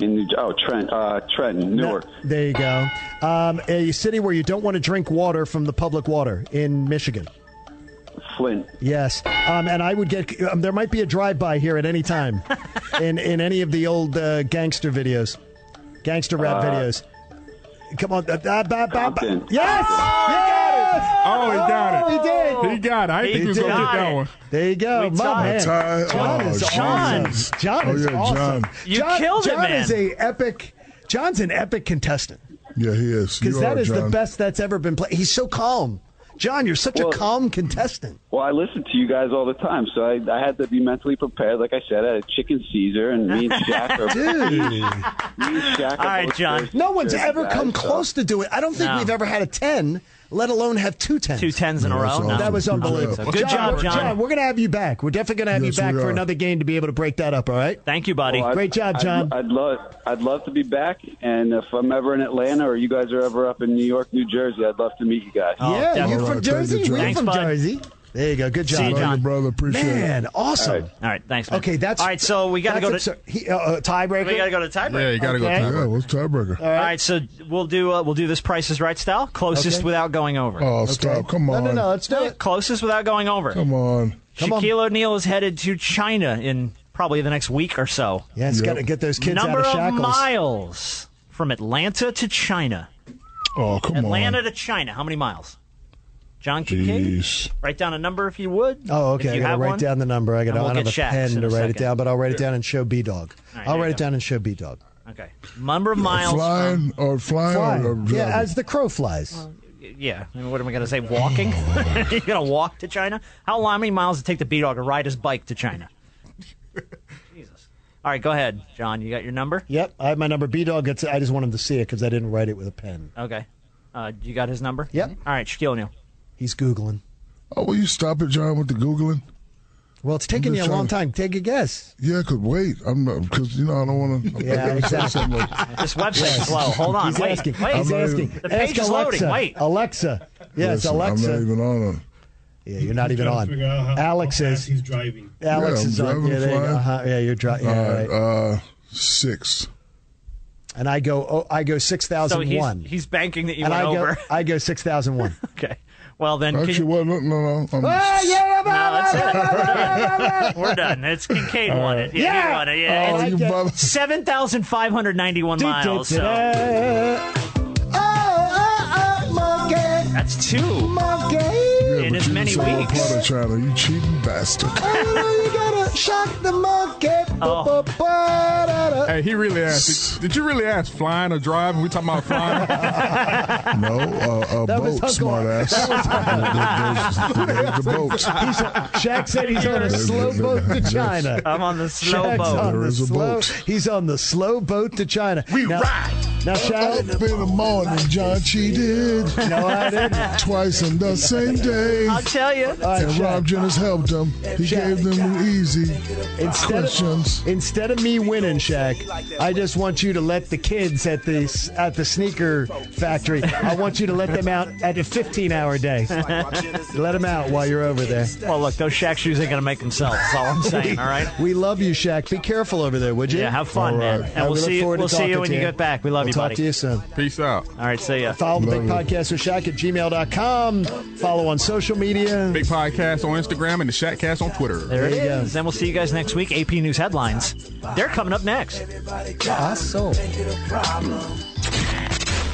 [SPEAKER 21] in New, oh Trent, uh, Trenton, Newark,
[SPEAKER 3] There you go. Um, a city where you don't want to drink water from the public water in Michigan.
[SPEAKER 21] Flint,
[SPEAKER 3] Yes, um, and I would get. Um, there might be a drive-by here at any time, in in any of the old uh, gangster videos, gangster rap
[SPEAKER 21] Uh,
[SPEAKER 3] videos. Come on, uh, uh, ba- ba- ba-
[SPEAKER 21] Compton.
[SPEAKER 3] yes,
[SPEAKER 11] Oh, he got
[SPEAKER 3] he
[SPEAKER 11] it.
[SPEAKER 3] did.
[SPEAKER 11] He got it. I
[SPEAKER 4] He
[SPEAKER 11] think he was going to
[SPEAKER 4] got
[SPEAKER 11] get that
[SPEAKER 4] it.
[SPEAKER 11] one.
[SPEAKER 3] There you go,
[SPEAKER 4] We
[SPEAKER 3] my
[SPEAKER 4] tied.
[SPEAKER 3] man.
[SPEAKER 5] Tied.
[SPEAKER 3] John
[SPEAKER 5] Oh,
[SPEAKER 3] is
[SPEAKER 4] John.
[SPEAKER 3] awesome. John
[SPEAKER 5] Oh,
[SPEAKER 3] is
[SPEAKER 5] yeah,
[SPEAKER 3] awesome.
[SPEAKER 5] John.
[SPEAKER 4] You
[SPEAKER 3] John,
[SPEAKER 4] killed it,
[SPEAKER 3] John
[SPEAKER 4] man.
[SPEAKER 3] is a epic. John's an epic contestant
[SPEAKER 5] Yeah, he is.
[SPEAKER 3] because
[SPEAKER 5] You
[SPEAKER 3] that
[SPEAKER 5] are,
[SPEAKER 3] is the
[SPEAKER 5] John.
[SPEAKER 3] best that's ever been played. He's so calm. John, you're such
[SPEAKER 21] Well-
[SPEAKER 3] a calm contestant.
[SPEAKER 21] Well, I listen to you guys all the time, so I, I had to be mentally prepared. Like I said, I had a chicken Caesar, and me and Shaq are.
[SPEAKER 3] Dude.
[SPEAKER 21] Me and Shaq are
[SPEAKER 4] All right,
[SPEAKER 21] both
[SPEAKER 4] John.
[SPEAKER 21] first-
[SPEAKER 3] No one's
[SPEAKER 21] first
[SPEAKER 3] ever
[SPEAKER 21] guys,
[SPEAKER 3] come
[SPEAKER 21] so-
[SPEAKER 3] close to do it. I don't think
[SPEAKER 4] No.
[SPEAKER 3] we've ever had a 10, let alone have two 10s.
[SPEAKER 4] Two tens in a
[SPEAKER 5] Yeah,
[SPEAKER 4] row.
[SPEAKER 5] that's
[SPEAKER 4] No.
[SPEAKER 5] awesome.
[SPEAKER 3] That was
[SPEAKER 5] Good
[SPEAKER 3] unbelievable.
[SPEAKER 5] job.
[SPEAKER 4] Good job,
[SPEAKER 3] we're-
[SPEAKER 4] John.
[SPEAKER 3] we're going to have you back. We're definitely going to have
[SPEAKER 5] Yes,
[SPEAKER 3] you back
[SPEAKER 5] we
[SPEAKER 3] for
[SPEAKER 5] are.
[SPEAKER 3] another game to be able to break that up, all right?
[SPEAKER 4] Thank you, buddy.
[SPEAKER 21] Well, I'd-
[SPEAKER 3] Great job,
[SPEAKER 21] I'd-
[SPEAKER 3] John.
[SPEAKER 21] I'd, love, I'd love to be back, and if I'm ever in Atlanta or you guys are ever up in New York, New Jersey, I'd love to meet you guys.
[SPEAKER 3] yeah,
[SPEAKER 4] Oh, definitely.
[SPEAKER 3] you're
[SPEAKER 5] All
[SPEAKER 3] from
[SPEAKER 5] right, thank you,
[SPEAKER 3] Jersey?
[SPEAKER 5] John.
[SPEAKER 3] We're
[SPEAKER 4] Thanks,
[SPEAKER 3] from
[SPEAKER 4] bud.
[SPEAKER 3] Jersey. There you go. Good job.
[SPEAKER 4] See you,
[SPEAKER 5] Love you,
[SPEAKER 4] John.
[SPEAKER 5] brother. Appreciate
[SPEAKER 3] Man, awesome.
[SPEAKER 4] All right, thanks, man.
[SPEAKER 3] Okay, that's
[SPEAKER 4] all right. So we got to
[SPEAKER 3] that's
[SPEAKER 4] go to
[SPEAKER 3] absurd. He, uh, uh, tiebreaker.
[SPEAKER 4] we got to go to tiebreak.
[SPEAKER 11] Yeah, you got to
[SPEAKER 3] Okay.
[SPEAKER 11] go
[SPEAKER 5] it.
[SPEAKER 11] time.
[SPEAKER 5] Yeah, what's tiebreaker?
[SPEAKER 4] All right, so we'll do uh, we'll do this Price is Right style. Closest
[SPEAKER 3] Okay.
[SPEAKER 4] without going over.
[SPEAKER 5] Oh, stop. Come
[SPEAKER 3] No,
[SPEAKER 5] on.
[SPEAKER 3] no, no. Let's do it.
[SPEAKER 4] Closest without going over.
[SPEAKER 5] Come on.
[SPEAKER 3] Come on.
[SPEAKER 4] Shaquille O'Neal is headed to China in probably the next week or so.
[SPEAKER 3] Yeah, it's
[SPEAKER 5] Yep.
[SPEAKER 3] got to get those kids
[SPEAKER 4] Number
[SPEAKER 3] out of
[SPEAKER 4] of
[SPEAKER 3] shackles.
[SPEAKER 4] miles from Atlanta to China.
[SPEAKER 5] Oh, come
[SPEAKER 4] Atlanta
[SPEAKER 5] on.
[SPEAKER 4] to China. How many miles? John Kincaid,
[SPEAKER 5] Jeez.
[SPEAKER 4] write down a number if you would.
[SPEAKER 3] Oh,
[SPEAKER 4] If
[SPEAKER 3] okay. I
[SPEAKER 4] you
[SPEAKER 3] got to
[SPEAKER 4] have
[SPEAKER 3] write
[SPEAKER 4] one.
[SPEAKER 3] down the number. I got to.
[SPEAKER 4] And we'll
[SPEAKER 3] I don't
[SPEAKER 4] get
[SPEAKER 3] have a
[SPEAKER 4] Shaq's
[SPEAKER 3] pen
[SPEAKER 4] in
[SPEAKER 3] to
[SPEAKER 4] a
[SPEAKER 3] write it
[SPEAKER 4] second.
[SPEAKER 3] down, but I'll write it down and show B Dog.
[SPEAKER 4] right,
[SPEAKER 3] I'll
[SPEAKER 4] there
[SPEAKER 3] write
[SPEAKER 4] you
[SPEAKER 3] it
[SPEAKER 4] go.
[SPEAKER 3] down and show B Dog.
[SPEAKER 4] Okay, number of miles. from-
[SPEAKER 5] Flying or flying
[SPEAKER 3] Fly.
[SPEAKER 5] or, or
[SPEAKER 3] um, Yeah,
[SPEAKER 5] driving?
[SPEAKER 3] as the crow flies.
[SPEAKER 4] yeah. I mean, what am I going to say? Walking? you going to walk to China? How long? How many miles does it take the B dog to ride his bike to China? Jesus. All right, go ahead, John. You got your number?
[SPEAKER 3] Yep, I have my number. B Dog gets. it. I just wanted to see it because I didn't write it with a pen.
[SPEAKER 4] Okay. Uh, you got his number?
[SPEAKER 3] Yep.
[SPEAKER 4] All right, Shaquille O'Neal.
[SPEAKER 3] He's googling.
[SPEAKER 5] Oh, will you stop it, John, with the Googling?
[SPEAKER 3] Well, it's taking
[SPEAKER 5] I'm
[SPEAKER 3] you a
[SPEAKER 5] just
[SPEAKER 3] long time.
[SPEAKER 5] trying
[SPEAKER 3] Take a guess.
[SPEAKER 5] Yeah, because wait. I'm not, because, you know, I don't want to.
[SPEAKER 3] Yeah, exactly.
[SPEAKER 4] This website is slow. Hold on.
[SPEAKER 3] He's
[SPEAKER 4] wait.
[SPEAKER 3] asking.
[SPEAKER 4] Wait.
[SPEAKER 3] He's
[SPEAKER 5] I'm not
[SPEAKER 3] asking.
[SPEAKER 5] even-
[SPEAKER 4] The page
[SPEAKER 3] Ask
[SPEAKER 4] is
[SPEAKER 3] Alexa.
[SPEAKER 4] loading. Wait.
[SPEAKER 3] Alexa. Yes, Alexa.
[SPEAKER 5] I'm not even on it.
[SPEAKER 3] Yeah, you're not even on.
[SPEAKER 12] figure out how- how
[SPEAKER 3] Alex
[SPEAKER 12] fast
[SPEAKER 3] is.
[SPEAKER 12] he's driving.
[SPEAKER 3] Alex
[SPEAKER 5] Yeah, I'm
[SPEAKER 3] is on.
[SPEAKER 5] driving
[SPEAKER 3] Yeah, there you go.
[SPEAKER 5] flying.
[SPEAKER 3] Uh-huh. yeah, you're driving.
[SPEAKER 5] All
[SPEAKER 3] Yeah,
[SPEAKER 5] right.
[SPEAKER 3] right.
[SPEAKER 5] Uh, six.
[SPEAKER 3] And I go. Oh, I go six
[SPEAKER 4] So
[SPEAKER 3] thousand
[SPEAKER 4] he's,
[SPEAKER 3] one.
[SPEAKER 4] he's banking that you
[SPEAKER 3] and
[SPEAKER 4] went
[SPEAKER 3] I go.
[SPEAKER 4] over.
[SPEAKER 3] I go six thousand one.
[SPEAKER 4] Okay. Well, then. Kin-
[SPEAKER 5] Actually, well, no, no, no. I'm,
[SPEAKER 3] Ah,
[SPEAKER 4] no, that's it. We're done. It's Kincaid won it. Yeah, he won it. Yeah.
[SPEAKER 5] oh,
[SPEAKER 4] it's-
[SPEAKER 5] you
[SPEAKER 3] get-
[SPEAKER 5] mother.
[SPEAKER 4] 7,591 miles. So that's two.
[SPEAKER 5] Yeah,
[SPEAKER 4] in
[SPEAKER 5] but
[SPEAKER 4] as
[SPEAKER 5] you
[SPEAKER 4] many
[SPEAKER 5] said we're
[SPEAKER 4] weeks.
[SPEAKER 5] Part of China, you cheating bastard.
[SPEAKER 4] Oh.
[SPEAKER 11] Hey, he really asked. Did, did you really ask flying or driving? We talking about flying?
[SPEAKER 5] no, uh, a
[SPEAKER 3] That was
[SPEAKER 5] boat,
[SPEAKER 3] Uncle-
[SPEAKER 5] smart ass. the boats.
[SPEAKER 3] Jack said he's on a slow boat to China.
[SPEAKER 4] I'm on the slow
[SPEAKER 3] Jack's
[SPEAKER 4] boat.
[SPEAKER 5] There
[SPEAKER 3] On the
[SPEAKER 5] is a
[SPEAKER 3] slow,
[SPEAKER 5] boat.
[SPEAKER 3] he's on the slow boat to China. We now, ride. Now,
[SPEAKER 5] Up
[SPEAKER 3] Shaq.
[SPEAKER 5] in the morning, John cheated
[SPEAKER 3] No, I didn't.
[SPEAKER 5] twice in the same day.
[SPEAKER 4] I'll tell you.
[SPEAKER 3] All right,
[SPEAKER 5] And Rob
[SPEAKER 3] Shaq,
[SPEAKER 5] Jennings helped him. He
[SPEAKER 3] Jack.
[SPEAKER 5] gave them the easy
[SPEAKER 3] instead
[SPEAKER 5] questions.
[SPEAKER 3] of, instead of me winning, Shaq, I just want you to let the kids at the s- at the sneaker factory. I want you to let them out at a 15-hour day. let them out while you're over there.
[SPEAKER 4] Well, look, those Shaq shoes ain't going to make themselves. That's all I'm saying, all right?
[SPEAKER 3] We love you, Shaq. Be careful over there, would you?
[SPEAKER 4] Yeah, have fun,
[SPEAKER 5] All
[SPEAKER 4] man.
[SPEAKER 5] right.
[SPEAKER 4] And
[SPEAKER 3] Uh,
[SPEAKER 4] we'll
[SPEAKER 3] we look
[SPEAKER 4] see you.
[SPEAKER 3] forward to
[SPEAKER 4] We'll see you
[SPEAKER 3] talking
[SPEAKER 4] when
[SPEAKER 3] to
[SPEAKER 4] you
[SPEAKER 3] you.
[SPEAKER 4] get back. We love
[SPEAKER 3] Talk
[SPEAKER 4] everybody.
[SPEAKER 3] to you soon.
[SPEAKER 4] Peace out. All right, see ya.
[SPEAKER 3] Follow the Big Podcast with Shaq at gmail.com. Follow on social media.
[SPEAKER 11] Big podcast on Instagram and the Shotcast on Twitter.
[SPEAKER 4] There it is. Then we'll see you guys next week. AP News headlines. They're coming up next.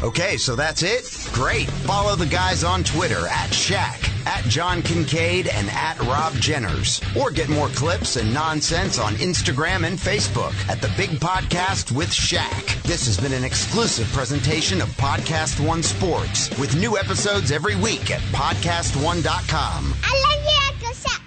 [SPEAKER 2] Okay, so that's it? Great. Follow the guys on Twitter at Shaq, at John Kincaid, and at Rob Jenners. Or get more clips and nonsense on Instagram and Facebook at The Big Podcast with Shaq. This has been an exclusive presentation of Podcast One Sports with new episodes every week at PodcastOne.com.
[SPEAKER 22] I love you, Uncle Shaq.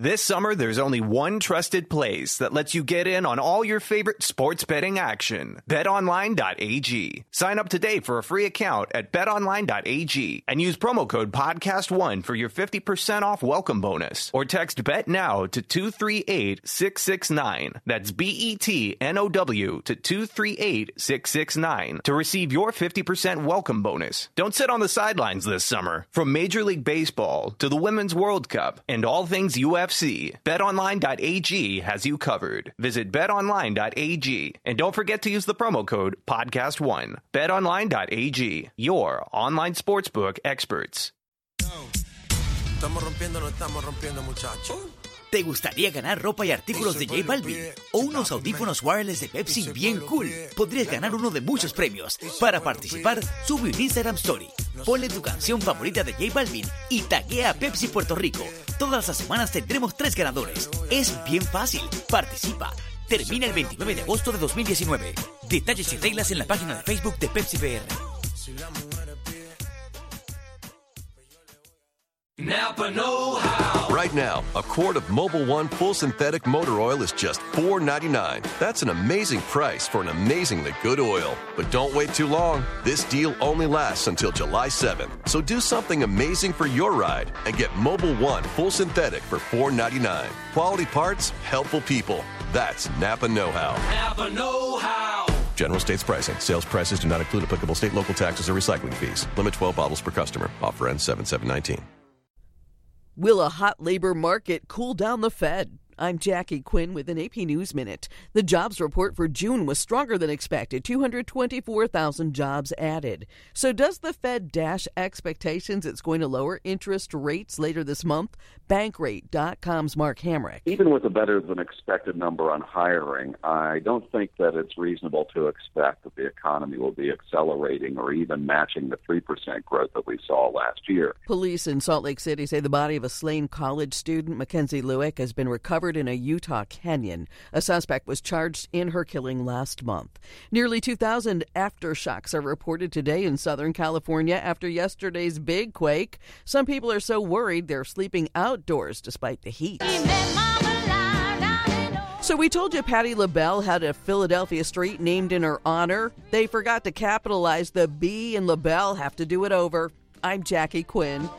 [SPEAKER 1] This summer, there's only one trusted place that lets you get in on all your favorite sports betting action. BetOnline.ag. Sign up today for a free account at BetOnline.ag and use promo code PODCAST1 for your 50% off welcome bonus or text BET now to 238669. That's E B-E-T-N-O-W to 238669 to receive your 50% welcome bonus. Don't sit on the sidelines this summer. From Major League Baseball to the Women's World Cup and all things UFC, betonline.ag has you covered. Visit betonline.ag and don't forget to use the promo code podcast1. betonline.ag, your online sportsbook experts.
[SPEAKER 6] Estamos rompiendo, no estamos rompiendo, muchachos.
[SPEAKER 7] ¿Te gustaría ganar ropa y artículos de J Balvin o unos audífonos wireless de Pepsi bien cool? Podrías ganar uno de muchos premios. Para participar, sube un Instagram Story. Ponle tu canción favorita de J Balvin y taguea a Pepsi Puerto Rico. Todas las semanas tendremos tres ganadores. Es bien fácil. Participa. Termina el 29 de agosto de 2019. Detalles y reglas en la página de Facebook de Pepsi PR.
[SPEAKER 23] Napa Know How. Right now, a quart of Mobile One full synthetic motor oil is just $4.99. That's an amazing price for an amazingly good oil. But don't wait too long. This deal only lasts until July 7th. So do something amazing for your ride and get Mobile One full synthetic for $4.99. Quality parts, helpful people. That's Napa Know How. Napa Know How. General states pricing. Sales prices do not include applicable state, local taxes, or recycling fees. Limit 12 bottles per customer. Offer ends 7719.
[SPEAKER 24] Will a hot labor market cool down the Fed? I'm Jackie Quinn with an AP News Minute. The jobs report for June was stronger than expected 224,000 jobs added. So, does the Fed dash expectations it's going to lower interest rates later this month? Bankrate.com's Mark Hamrick.
[SPEAKER 25] Even with a better than expected number on hiring, I don't think that it's reasonable to expect that the economy will be accelerating or even matching the 3% growth that we saw last year.
[SPEAKER 24] Police in Salt Lake City say the body of a slain college student, Mackenzie Lewick, has been recovered in a Utah canyon. A suspect was charged in her killing last month. Nearly 2,000 aftershocks are reported today in Southern California after yesterday's big quake. Some people are so worried they're sleeping outdoors despite the heat. So we told you Patty LaBelle had a Philadelphia street named in her honor. They forgot to capitalize the B and LaBelle have to do it over. I'm Jackie Quinn.